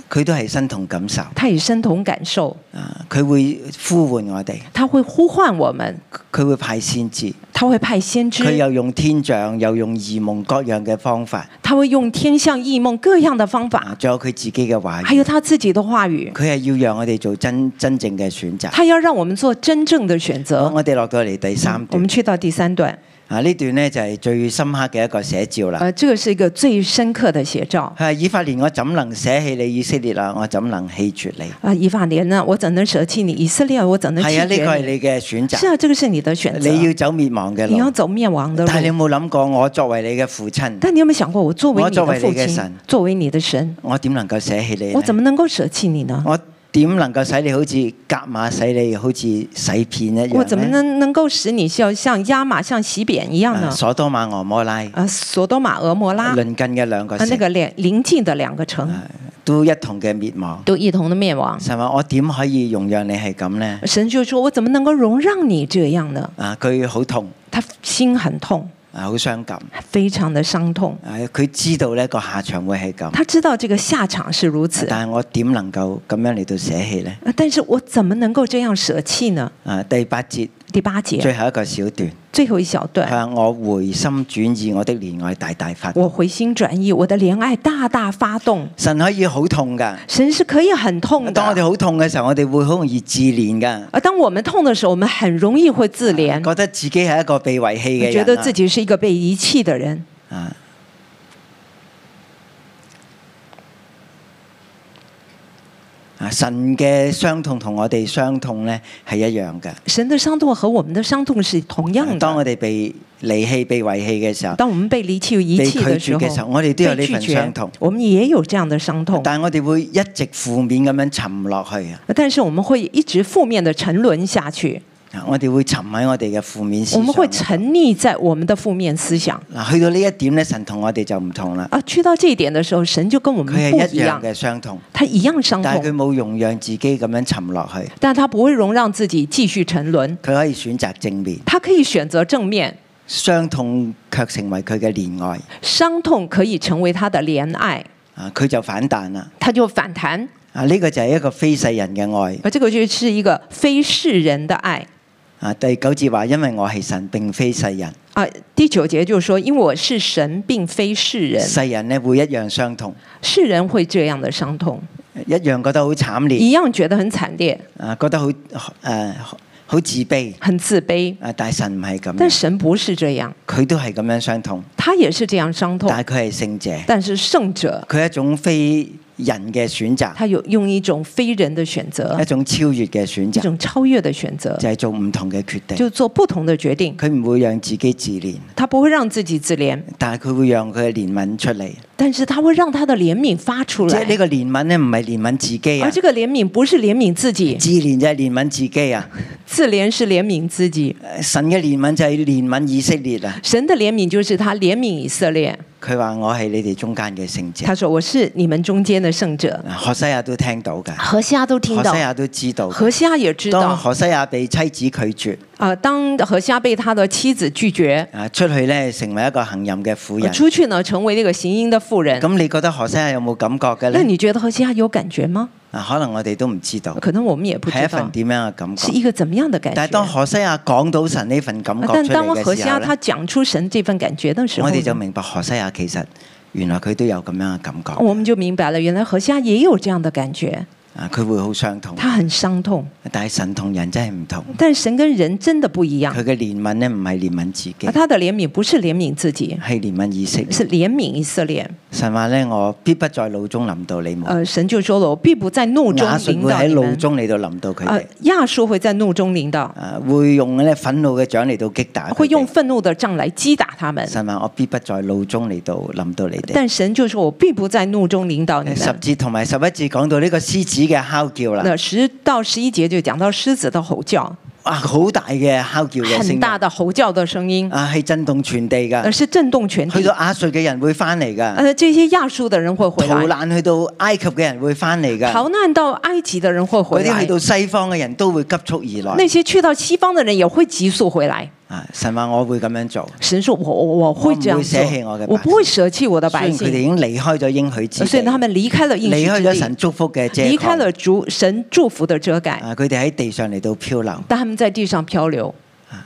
Speaker 2: 佢都係身同感受。
Speaker 3: 他也身同感受，
Speaker 2: 啊，佢會呼喚我哋，
Speaker 3: 他会呼唤我们，
Speaker 2: 佢會派先知，
Speaker 3: 他会派先
Speaker 2: 佢
Speaker 3: 知，
Speaker 2: 又用天象，又用異夢各樣嘅方法，
Speaker 3: 他会用天象异梦各样的方法，
Speaker 2: 啊，仲有佢自己嘅話
Speaker 3: 还有
Speaker 2: 語，
Speaker 3: 他自己的话语，
Speaker 2: 佢係要讓我哋做真真正嘅選擇。
Speaker 3: 他要让我们做真正的选
Speaker 2: 好，
Speaker 3: 择。
Speaker 2: 我哋落到嚟第嗯三
Speaker 3: 我
Speaker 2: 段
Speaker 3: 们去到第三段，
Speaker 2: 啊，呢段呢就係最深刻嘅一個寫照啦。
Speaker 3: 呃，这个是一个最深刻的写照。
Speaker 2: 係以法蓮，我怎能捨棄你以色列啊？我怎能棄絕你？
Speaker 3: 啊，以法莲呢？我怎能舍弃你？以色列，我怎能
Speaker 2: 係啊，呢
Speaker 3: 弃
Speaker 2: 個
Speaker 3: 绝
Speaker 2: 係
Speaker 3: 你？
Speaker 2: 你嘅選
Speaker 3: 是
Speaker 2: 擇，
Speaker 3: 啊，这个是你的选择，
Speaker 2: 你要走滅亡嘅
Speaker 3: 你要
Speaker 2: 路。
Speaker 3: 走灭亡的
Speaker 2: 但係你有
Speaker 3: 路。
Speaker 2: 冇諗過，我作為你嘅父親，
Speaker 3: 但你有没有想过，我作为
Speaker 2: 我
Speaker 3: 你
Speaker 2: 作
Speaker 3: 的
Speaker 2: 为
Speaker 3: 父
Speaker 2: 你嘅
Speaker 3: 亲
Speaker 2: 神，
Speaker 3: 作为你的神，
Speaker 2: 我點能夠捨棄你呢？
Speaker 3: 我怎么能够舍弃你呢？
Speaker 2: 我點能夠使你好似夾馬使你好似洗片一
Speaker 3: 我怎么
Speaker 2: 樣呢？
Speaker 3: 能能够使你像像压马、像洗扁一样
Speaker 2: 啊
Speaker 3: 呢？
Speaker 2: 所多瑪俄摩拉
Speaker 3: 啊，索多玛、俄摩拉，啊，
Speaker 2: 鄰近嘅兩個
Speaker 3: 那
Speaker 2: 城
Speaker 3: 个两邻近的两个城
Speaker 2: 哎都一同嘅滅亡，
Speaker 3: 都一同的灭亡。
Speaker 2: 神話我點可以容讓你係咁呢？
Speaker 3: 神就说：“我怎么能够容让你这样呢
Speaker 2: 啊，佢好痛，？”
Speaker 3: 他心很痛，
Speaker 2: 啊，好傷感，
Speaker 3: 非常的伤痛。
Speaker 2: 啊，佢知道呢個下場會係咁，
Speaker 3: 他知道这个下场是如此，
Speaker 2: 哎但係我點能夠咁樣嚟到捨棄呢？
Speaker 3: 啊但是我怎么能够这样舍弃呢？
Speaker 2: 啊，第八節
Speaker 3: 第八节
Speaker 2: 最後一個小段，
Speaker 3: 最后一小
Speaker 2: 佢
Speaker 3: 段，
Speaker 2: 話我回心轉意，我的憐愛大大發。
Speaker 3: 我回心转意，我的怜爱大大发动。
Speaker 2: 神可以好痛㗎，
Speaker 3: 神是可以很痛
Speaker 2: 當我哋
Speaker 3: 的，
Speaker 2: 好痛嘅時候，我哋會好容易自憐㗎。
Speaker 3: 而当我们痛的时候，我们很容易会自怜，
Speaker 2: 覺得自己係一個被遺棄嘅人啊，
Speaker 3: 觉得自己是一个被遗弃的人。
Speaker 2: 啊，啊神嘅傷痛同我哋傷痛咧係一樣嘅。啊
Speaker 3: 神的伤痛和我们的伤痛是同样
Speaker 2: 當
Speaker 3: 的。
Speaker 2: 我哋被離棄、被遺棄嘅時候，
Speaker 3: 当我们被离弃、遗弃的时
Speaker 2: 被拒绝嘅时候
Speaker 3: 候，
Speaker 2: 我哋都有呢份
Speaker 3: 被拒绝
Speaker 2: 伤痛
Speaker 3: 我们也有这样的伤痛，
Speaker 2: 但係我哋會一直負面咁樣沉落去啊！
Speaker 3: 但是我们会一直负面的沉沦下去，
Speaker 2: 啊我哋會沉喺我哋嘅負面思想。
Speaker 3: 我
Speaker 2: 啊
Speaker 3: 们会沉溺在我们的负面思想。
Speaker 2: 嗱，去到呢一點咧，神同我哋就唔同啦。
Speaker 3: 啊，去到这一点的时候，神就跟我们
Speaker 2: 佢係
Speaker 3: 不一
Speaker 2: 一樣
Speaker 3: 样，
Speaker 2: 嘅傷痛，
Speaker 3: 他一样伤
Speaker 2: 但係佢
Speaker 3: 痛，
Speaker 2: 冇容讓自己咁樣沉落去，
Speaker 3: 但他不会容让自己继续沉沦，
Speaker 2: 佢可以選擇正面。
Speaker 3: 他可以選擇正面，
Speaker 2: 傷痛卻成為佢嘅憐愛，
Speaker 3: 伤痛可以成为他的怜爱，
Speaker 2: 啊，佢就反彈啦。
Speaker 3: 他就反弹，
Speaker 2: 啊，呢、個就係一個非世人嘅愛。
Speaker 3: 而这个就是一个非世人的爱。
Speaker 2: 啊，第九節話，因為我係神，並非世人，
Speaker 3: 啊，第九节就是说，因为我是神，并非世人，
Speaker 2: 世人咧會一樣傷痛，
Speaker 3: 世人会这样的伤痛，
Speaker 2: 一樣覺得好慘烈，
Speaker 3: 一样觉得很慘烈、
Speaker 2: 啊，覺得好誒好自卑。
Speaker 3: 很自卑。
Speaker 2: 啊，但係神唔係咁
Speaker 3: 但
Speaker 2: 樣，
Speaker 3: 神不是这样，
Speaker 2: 佢都係咁樣傷痛，
Speaker 3: 他也是这样伤痛
Speaker 2: 但，係佢係聖者，
Speaker 3: 但是圣者
Speaker 2: 佢係一種非人嘅選擇，
Speaker 3: 他有用一种非人的选择
Speaker 2: 一，種超越嘅選
Speaker 3: 啊一
Speaker 2: 擇，
Speaker 3: 种超越的选择，
Speaker 2: 就係做唔同嘅決定。
Speaker 3: 就做不同的决定。
Speaker 2: 佢唔會讓自己自憐，
Speaker 3: 他不会让自己自怜，
Speaker 2: 但係佢會讓佢嘅憐憫出嚟。
Speaker 3: 但是他会让他的怜悯发出
Speaker 2: 即
Speaker 3: 来
Speaker 2: 係。呢個憐憫咧，唔係憐憫自己啊
Speaker 3: 而，这个怜悯不是怜悯自己，
Speaker 2: 自憐就係憐憫自己啊。
Speaker 3: 自怜是怜悯自己。
Speaker 2: 神嘅憐憫就係憐憫以色列啊！
Speaker 3: 神的怜悯就是他怜悯以色列。
Speaker 2: 佢話：我係你哋中間嘅聖者。啊
Speaker 3: 他说：“我是你们中间的圣者。
Speaker 2: 何西亞都聽到㗎，”
Speaker 3: 何西阿都听
Speaker 2: 何
Speaker 3: 到
Speaker 2: 西，亞都知道。
Speaker 3: 何西阿也知
Speaker 2: 當
Speaker 3: 道。
Speaker 2: 何西亞被妻子拒絕，
Speaker 3: 啊、当何西阿被他的妻子拒绝，
Speaker 2: 啊出去咧成為一個行淫嘅婦人。
Speaker 3: 出去呢，成为那个行淫的妇人。
Speaker 2: 咁你覺得何西亞有冇感覺嘅
Speaker 3: 那
Speaker 2: 咧？
Speaker 3: 你觉得何西阿有感觉吗？
Speaker 2: 啊，可能我哋都唔知道，
Speaker 3: 可能我们也不
Speaker 2: 係一
Speaker 3: 知
Speaker 2: 份
Speaker 3: 道，
Speaker 2: 點樣嘅感
Speaker 3: 是
Speaker 2: 覺。
Speaker 3: 一个怎么样的感
Speaker 2: 但係
Speaker 3: 觉。
Speaker 2: 當何西亞講到神呢份感
Speaker 3: 啊
Speaker 2: 覺
Speaker 3: 但
Speaker 2: 出
Speaker 3: 当
Speaker 2: 嚟
Speaker 3: 何
Speaker 2: 嘅
Speaker 3: 西
Speaker 2: 時候
Speaker 3: 阿
Speaker 2: 咧
Speaker 3: 他，讲出神这份感觉的时候
Speaker 2: 我
Speaker 3: 呢，
Speaker 2: 哋就明白何西亞其實原來佢都有咁樣嘅感覺。
Speaker 3: 我们就明白了，原来何西阿也有这样的感觉，
Speaker 2: 啊，佢會好傷痛，
Speaker 3: 他很伤痛。
Speaker 2: 但係神同人真係唔同。
Speaker 3: 但神跟人真的不一样
Speaker 2: 佢，嘅憐憫咧唔係憐憫自己
Speaker 3: 而，他的怜悯不是怜悯自己，
Speaker 2: 係憐憫以色列。
Speaker 3: 啊是怜悯以色列。
Speaker 2: 神話咧，我必不在怒中臨到你們，
Speaker 3: 呃，神就说了，我必不在怒中
Speaker 2: 雅述
Speaker 3: 领
Speaker 2: 會
Speaker 3: 导
Speaker 2: 喺
Speaker 3: 你
Speaker 2: 怒
Speaker 3: 们。
Speaker 2: 中嚟到臨到佢
Speaker 3: 呃
Speaker 2: 哋，，
Speaker 3: 亚述会在怒中领导，
Speaker 2: 啊，會用咧憤怒嘅掌嚟到擊打佢哋。
Speaker 3: 呃会用愤怒的杖来击打他们。
Speaker 2: 神話我必不在怒中嚟到臨到你哋。呃
Speaker 3: 但神就说我必不在怒中领导你
Speaker 2: 十
Speaker 3: 们。
Speaker 2: 節同埋十一節講到呢個獅子嘅哮叫啦，
Speaker 3: 那十到十一节就讲到狮子的吼叫，
Speaker 2: 哇，好大嘅哮叫嘅聲
Speaker 3: 很
Speaker 2: 音，
Speaker 3: 大的吼叫的声音，
Speaker 2: 啊啊，係啊震動全地
Speaker 3: 呃，
Speaker 2: 㗎。
Speaker 3: 是震动全
Speaker 2: 去
Speaker 3: 地
Speaker 2: 到。亞述嘅人會翻嚟㗎，
Speaker 3: 呃，这些亚述的人会回
Speaker 2: 逃
Speaker 3: 来，
Speaker 2: 難去到埃及嘅人會翻嚟㗎，
Speaker 3: 逃难到埃及的人会
Speaker 2: 嗰
Speaker 3: 回
Speaker 2: 啲去
Speaker 3: 来，
Speaker 2: 到西方嘅人都會急速而
Speaker 3: 那
Speaker 2: 來。
Speaker 3: 些去到西方的人也会急速回来。
Speaker 2: 啊，神話我會咁樣做。
Speaker 3: 神说：“我我我会这样做
Speaker 2: 我不会舍弃我的百，姓
Speaker 3: 我不会舍弃
Speaker 2: 雖
Speaker 3: 我的百
Speaker 2: 然佢哋已經
Speaker 3: 姓。
Speaker 2: 離開咗應許”之
Speaker 3: 所以
Speaker 2: 地，
Speaker 3: 他们离开了应许
Speaker 2: 離開
Speaker 3: 之
Speaker 2: 咗神
Speaker 3: 地，
Speaker 2: 祝福嘅遮
Speaker 3: 离开
Speaker 2: 蓋，
Speaker 3: 了主神祝福的遮盖，
Speaker 2: 啊！佢哋喺地上嚟到漂流，啊
Speaker 3: 但他们在地上漂流，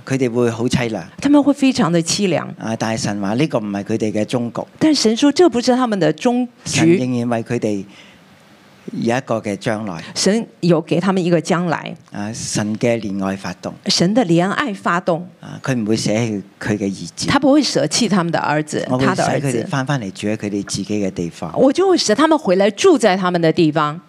Speaker 2: 佢哋會好凄涼。
Speaker 3: 他们会非常的凄凉。
Speaker 2: 啊！但係神話呢個唔係佢哋嘅終局，
Speaker 3: 但神说这不是他们的终
Speaker 2: 神
Speaker 3: 局，
Speaker 2: 仍然為佢哋有一個嘅將來。
Speaker 3: 神有给他们一个將來，
Speaker 2: 啊！神嘅憐愛發動，
Speaker 3: 神的憐愛發動，
Speaker 2: 啊！佢唔會捨棄佢嘅兒子，
Speaker 3: 他不會舍棄他們的兒子
Speaker 2: 我，會
Speaker 3: 他
Speaker 2: 使
Speaker 3: 的兒
Speaker 2: 佢哋
Speaker 3: 子，
Speaker 2: 翻返嚟住喺佢哋自己嘅地方。
Speaker 3: 我就會使他們回來住在他們的地方。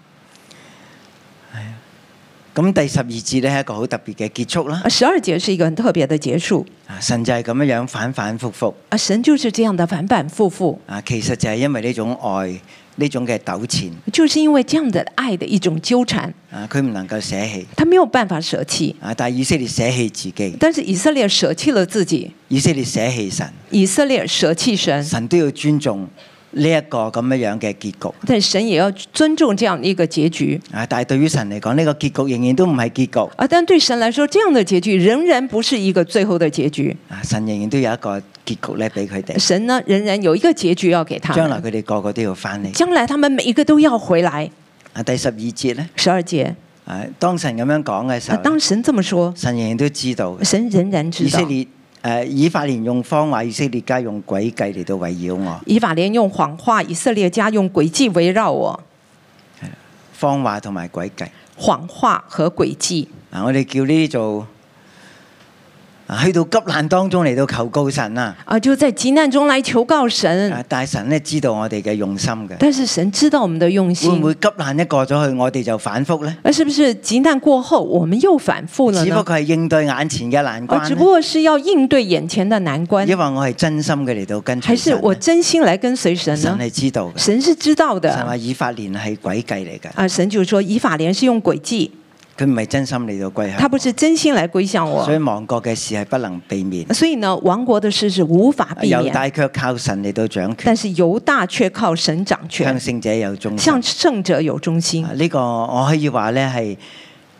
Speaker 2: 咁第十二節呢係一個好特別嘅結束啦。
Speaker 3: 十二節是一個很特別的結束，
Speaker 2: 啊神就係咁樣樣反反覆覆。
Speaker 3: 啊，神就是這樣的反反复复，
Speaker 2: 啊，其實就係因為呢種愛，呢種嘅糾纏，
Speaker 3: 就是因為這樣的愛的一種糾纏，
Speaker 2: 啊，佢唔能夠捨棄，
Speaker 3: 他沒有辦法舍棄。
Speaker 2: 啊，但係以色列捨棄自己，
Speaker 3: 但是以色列舍棄了自己，
Speaker 2: 以色列捨棄神，
Speaker 3: 以色列舍棄神，
Speaker 2: 神都要尊重呢一個咁樣樣嘅結局。
Speaker 3: 但神也要尊重這樣一個結局。
Speaker 2: 啊，但係對於神嚟講，呢、個結局仍然都唔係結局，
Speaker 3: 啊，但對神來說，這樣的結局仍然不是一個最後的結局。
Speaker 2: 啊，神仍然都有一個結局咧俾佢哋，
Speaker 3: 神呢仍然有一個結局要給他
Speaker 2: 將來
Speaker 3: 們，
Speaker 2: 佢哋個個都要翻嚟。
Speaker 3: 將來他們每一個都要回來。
Speaker 2: 啊，第十二節咧，
Speaker 3: 十二節，
Speaker 2: 啊，當神咁樣講嘅時
Speaker 3: 那
Speaker 2: 候，
Speaker 3: 當神這麼說，
Speaker 2: 神仍然都知道嘅
Speaker 3: 啊神仍然知
Speaker 2: 以
Speaker 3: 道
Speaker 2: 色。列。誒、以法蓮用謊話，以色列家用詭計嚟到圍繞我。
Speaker 3: 以法蓮用謊話，以色列家用詭計圍繞我，
Speaker 2: 謊話同埋詭計。
Speaker 3: 謊話和詭計。
Speaker 2: 嗱，我哋叫呢啲做啊去到急難當中嚟到求告神啊！
Speaker 3: 啊，就在急難中來求告神
Speaker 2: 啊，但係神咧知道我哋嘅用心嘅，
Speaker 3: 嗯但是神知道我們的用
Speaker 2: 會唔
Speaker 3: 心。
Speaker 2: 會急難一過咗去，我哋就反覆呢？
Speaker 3: 而是不是急難過後，我們又反覆了
Speaker 2: 只不
Speaker 3: 呢？
Speaker 2: 過係應對眼前嘅難
Speaker 3: 啊，
Speaker 2: 關
Speaker 3: 只
Speaker 2: 呢，
Speaker 3: 啊不過是要應對眼前的難關，
Speaker 2: 因為我係真心嘅嚟到跟
Speaker 3: 還
Speaker 2: 隨
Speaker 3: 是
Speaker 2: 神
Speaker 3: 我
Speaker 2: 呢。
Speaker 3: 真啊心來跟隨神
Speaker 2: 神
Speaker 3: 呢？
Speaker 2: 係知道嘅，
Speaker 3: 神是知道
Speaker 2: 神
Speaker 3: 的。
Speaker 2: 話以法蓮係詭計嚟嘅，
Speaker 3: 啊，神就說以法蓮是用詭計，
Speaker 2: 佢唔係真心嚟到歸
Speaker 3: 他
Speaker 2: 向
Speaker 3: 不是真心來歸向
Speaker 2: 啊我，所以
Speaker 3: 我。啊
Speaker 2: 亡國嘅事係不能避免。
Speaker 3: 所以呢，亡國的事是無法避
Speaker 2: 猶
Speaker 3: 免，啊
Speaker 2: 啊大卻靠神嚟到掌權，
Speaker 3: 但是猶大卻靠神掌
Speaker 2: 向
Speaker 3: 權，
Speaker 2: 聖者有忠心
Speaker 3: 向。聖者有忠心
Speaker 2: 啊。呢、個我可以話咧係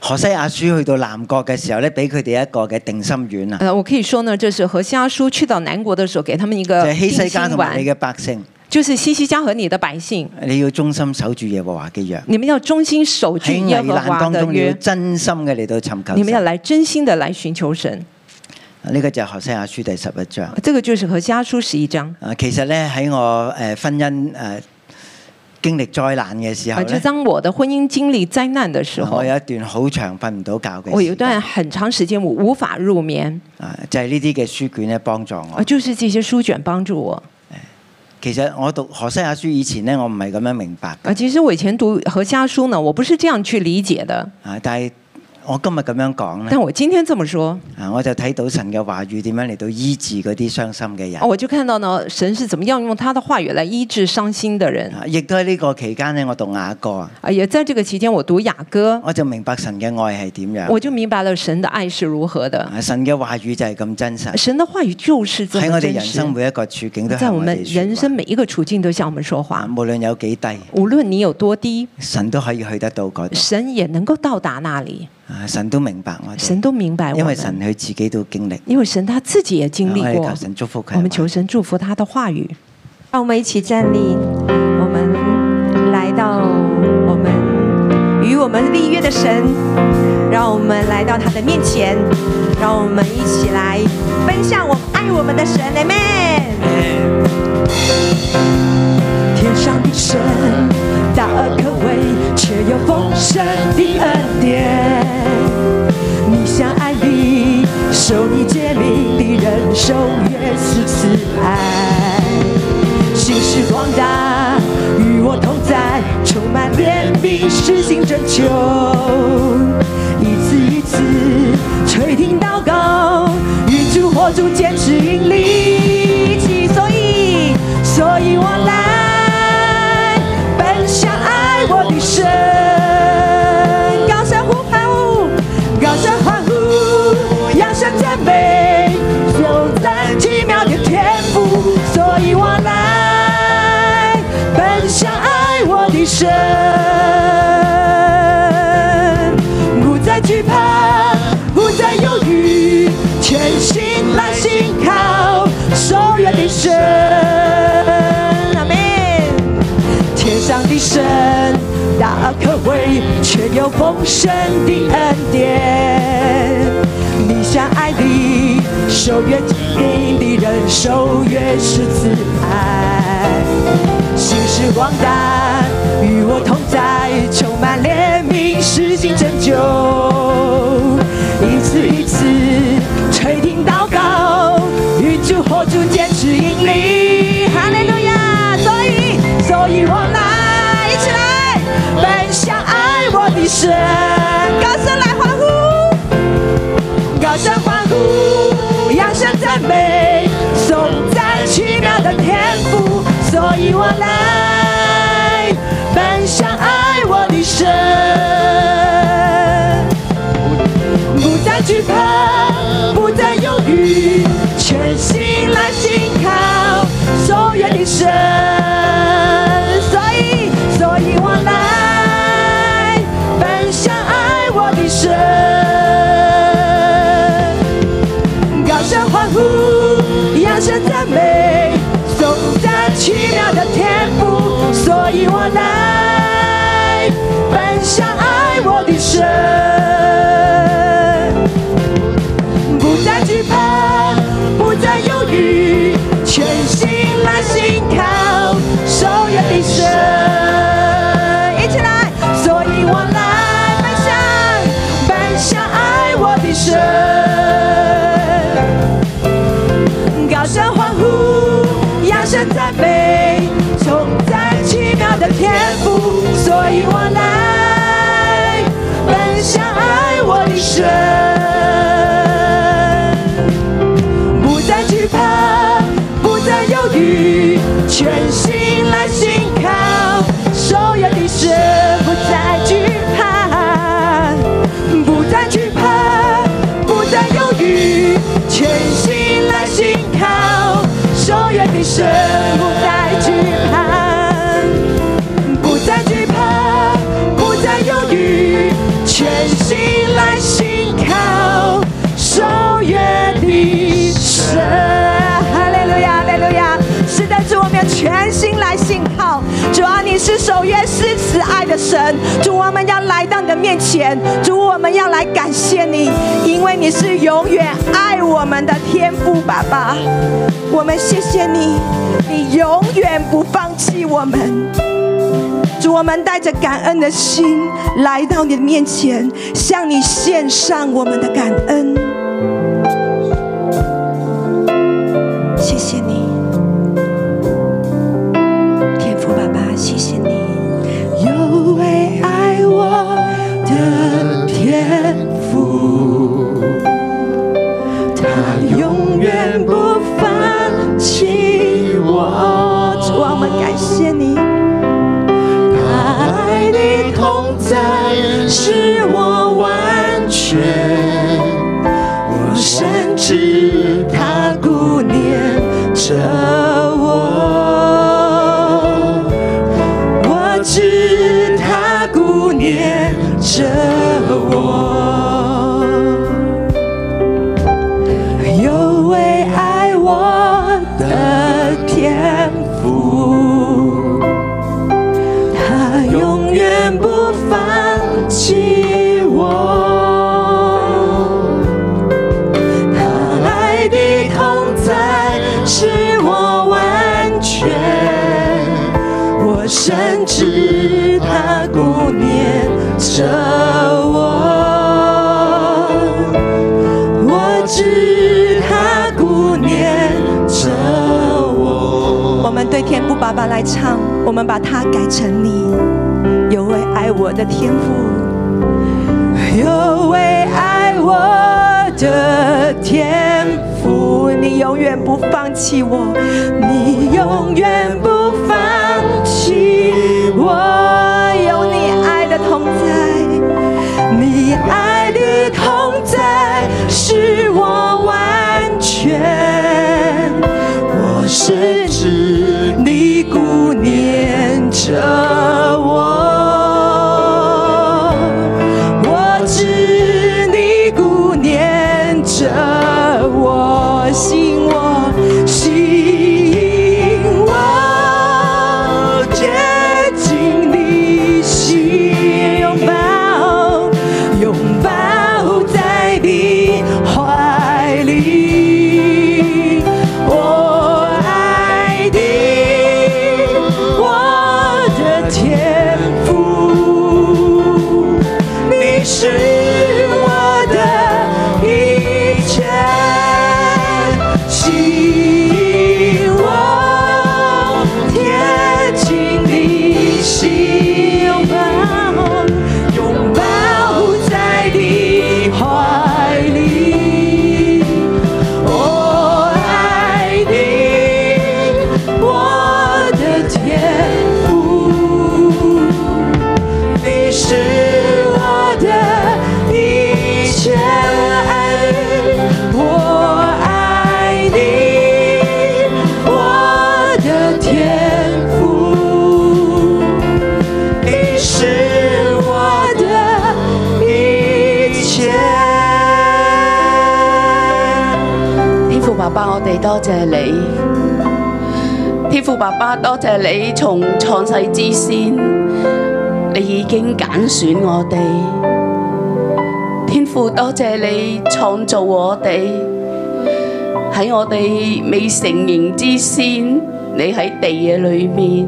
Speaker 2: 何西亞書去到南國嘅時候咧，俾佢哋一個嘅定心丸啊，
Speaker 3: 呃，我可以說呢，這是何西阿书去到南國的時候，給他們一
Speaker 2: 就
Speaker 3: 個
Speaker 2: 係希
Speaker 3: 定
Speaker 2: 西家
Speaker 3: 心
Speaker 2: 同埋
Speaker 3: 丸
Speaker 2: 你，嘅百姓，
Speaker 3: 就是西西家和你的百姓，
Speaker 2: 你要忠心守住耶和華嘅約，
Speaker 3: 你們要忠心守據
Speaker 2: 喺
Speaker 3: 耶
Speaker 2: 危
Speaker 3: 和
Speaker 2: 難
Speaker 3: 華
Speaker 2: 當
Speaker 3: 的
Speaker 2: 中你要
Speaker 3: 約，
Speaker 2: 真心嘅嚟到尋求
Speaker 3: 你們要
Speaker 2: 神。
Speaker 3: 來真心的來尋求神。啊
Speaker 2: 呢個就係何西亞書第十一章。
Speaker 3: 這個就是何西阿书十一章。
Speaker 2: 啊，其實咧喺我呃誒婚姻誒經歷災難嘅時候
Speaker 3: 啊，就
Speaker 2: 咧，
Speaker 3: 當我的婚姻經歷災難的時候
Speaker 2: 我，有一段好長瞓唔到覺嘅時間。
Speaker 3: 我有一段很長時間我無法入眠，
Speaker 2: 啊，就係呢啲嘅書卷咧幫助
Speaker 3: 啊，
Speaker 2: 我。
Speaker 3: 就是這些書卷幫助我。
Speaker 2: 其實我讀何西亞書以前呢，我唔係咁樣明白
Speaker 3: 啊，其实我以前读何家书呢，我不是这样去理解的，
Speaker 2: 啊，但係我今日咁樣講呢，
Speaker 3: 但我今天这么说，
Speaker 2: 啊，我就睇到神嘅話語點樣嚟到醫治嗰啲傷心嘅人
Speaker 3: 啊，。我就看到呢，神是怎么样用他的话语来医治伤心的人
Speaker 2: 啊亦都喺呢個期間呢，我讀雅歌啊，
Speaker 3: 啊。也在这个期间，我读雅歌，
Speaker 2: 我就明白神嘅愛係點樣。
Speaker 3: 我就明白了神的爱是如何的。
Speaker 2: 啊神嘅話語就係咁真實，
Speaker 3: 神的话语就是这
Speaker 2: 嗯喺我
Speaker 3: 么
Speaker 2: 哋
Speaker 3: 真
Speaker 2: 人
Speaker 3: 实，
Speaker 2: 生每一個處境都
Speaker 3: 在
Speaker 2: 向
Speaker 3: 我
Speaker 2: 我
Speaker 3: 们
Speaker 2: 哋
Speaker 3: 人
Speaker 2: 說
Speaker 3: 生
Speaker 2: 話
Speaker 3: 每一个处境都向我们说
Speaker 2: 啊
Speaker 3: 话，
Speaker 2: 無論有幾低，
Speaker 3: 无论你有多低，
Speaker 2: 神都可以去得到嗰度。
Speaker 3: 神也能够到达那里。
Speaker 2: 啊神都明白我哋
Speaker 3: 神，都明白我
Speaker 2: 因為
Speaker 3: 们，
Speaker 2: 神佢自己都經歷。
Speaker 3: 因為神他自己也经历
Speaker 2: 啊我哋
Speaker 3: 过
Speaker 2: 求。神祝福佢。
Speaker 3: 我们求神祝福他的话语。
Speaker 4: 让我们一起站立，我们来到我们与我们立约的神，让我们来到他的面前，让我们一起来奔向我们爱我们的神，Amen。
Speaker 5: 天上的神，大而可畏，却有丰盛的恩典。你像爱你，受你接领的人，受约是慈爱。心事广大，与我同在，充满怜悯，施行拯救。一次一次垂听祷告，与主火烛坚持引领。起所以，所以我来奔向爱我的神，高声呼喊，高声欢呼，扬声赞美，就在奇妙的天赋，所以我来奔向爱我的神。不再惧怕，不再犹豫，全心来信靠受援的神。阿门。天上的神，大而可畏，却有丰盛的恩典。你像爱的，守约坚定的人，守约是慈爱。心事广大，与我同在，充满怜悯，施行拯救。一次一次垂听祷告，与主火烛坚持引领。哈利路亚！所以，所以我来，一起来奔向爱我的神，高声来欢呼。高声欢呼，扬声赞美，颂赞奇妙的天赋，所以我来奔向爱我的神。不再惧怕，不再犹豫，全心来信靠所愿的神。所以，所以我来奔向爱我的神，高声欢呼，扬声赞美，颂赞奇妙的天赋。所以我来奔向爱我的神。不再惧怕，不再犹豫，全心来信靠守约的神。一起来，所以我来奔向，奔向爱我的神。高声欢呼，扬声赞美，颂赞奇妙的天赋，所以我来奔向爱我的神。不再惧怕，不再犹豫，全心来信靠守约的神，不再惧怕，不再惧怕，不再犹豫，全心来信靠守约的神，不再惧怕。不再惧怕，不再犹豫，全心来信靠守约的神。哈利路亚，哈利路亚！是的，主，我们要全心来信靠。主啊，你是守约施慈爱的神。主，我们要来到你的面前。主，我们要来感谢你，因为你是永远爱我们的天父爸爸。我们谢谢你，你永远不放弃我们。主，我们带着感恩的心来到你的面前，向你献上我们的感恩。谢谢你，我，我知他顾念着我，有位爱我的天父，他永远不放弃我。他爱的同在使我完全，我深知他顾念着我，我知他顾念着我。
Speaker 4: 我们对天父爸爸来唱，我们把它改成你。有位爱我的天父，
Speaker 5: 有位爱我的天父，你永远不放弃我，你永远不放弃我，有你爱的同在，你爱的同在使我完全，我深知你顾念着我，我知你顾念着我，吸引我，吸引我接近你心，拥抱，拥抱在你怀里，我爱你，我的天赋。你是我的一切，吸引我贴近你心，拥抱，拥抱在你怀里。我爱你，我的天赋。你是我的一切，我爱你，我的天赋。你是我的一切。
Speaker 6: 天父爸爸，我哋多謝你。天父爸爸，多謝你從創世之先，你已經揀選我哋。天父，多謝你創造我哋。喺我哋未成形之先，你喺地嘅裏面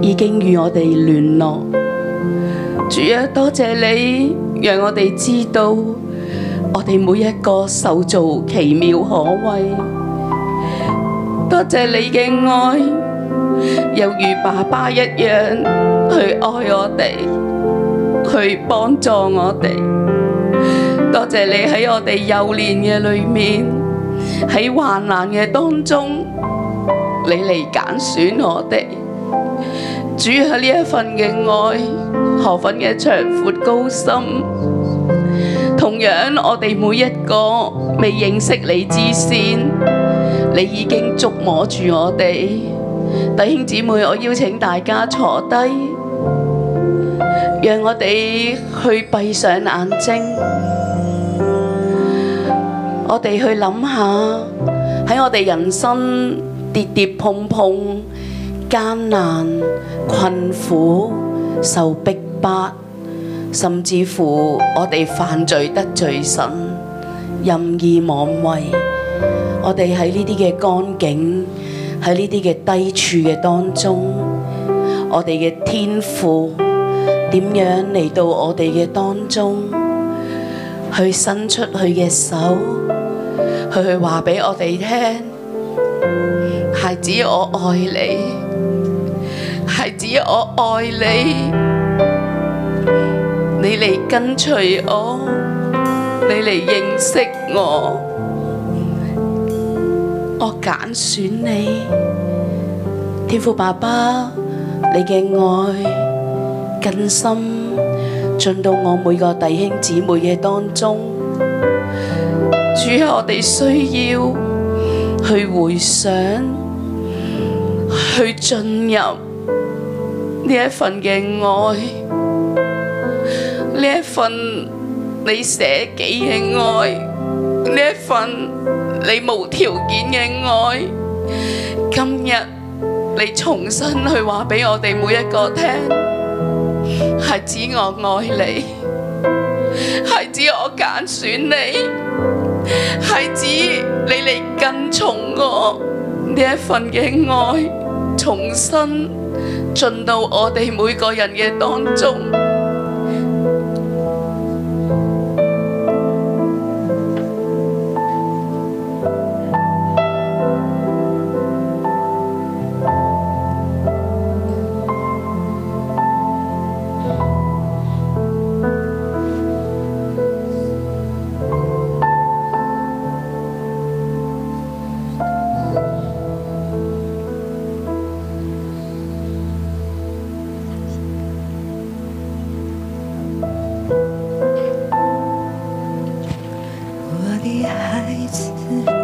Speaker 6: 已經與我哋聯絡。主啊，多謝你讓我哋知道，我哋每一個受造奇妙可畏。多謝你嘅愛，又如爸爸一樣去愛我哋，去幫助我哋。多謝你喺我哋幼年嘅裏面，喺患難嘅當中，你嚟揀選我哋。主喺呢一份嘅愛，何份嘅長闊高深。同樣，我哋每一個未認識你之先，你已經觸摸住我哋。弟兄姊妹，我邀請大家坐低，讓我哋去閉上眼睛，我哋去諗下喺我哋人生跌跌碰碰、艱難、困苦、受逼迫。甚至乎我哋犯罪得罪神，任意妄為，我哋喺呢啲嘅光景，喺呢啲嘅低處嘅當中，我哋嘅天父點樣嚟到我哋嘅當中，去伸出佢嘅手，佢去話俾我哋聽，孩子我愛你，孩子我愛你。你嚟跟隨我，你嚟認識我，我揀選你，天父爸爸，你嘅愛更深進到我每個弟兄姊妹嘅當中。主啊，我哋需要去回想。去進入呢一份嘅愛，呢一份你捨己嘅愛，呢一份你無條件嘅愛。今日你重新去話俾我哋每一個聽，孩子我愛你，孩子我揀選你。孩子，你嚟跟從我呢一份嘅愛，重新進到我哋每個人嘅當中。
Speaker 4: 我的孩子，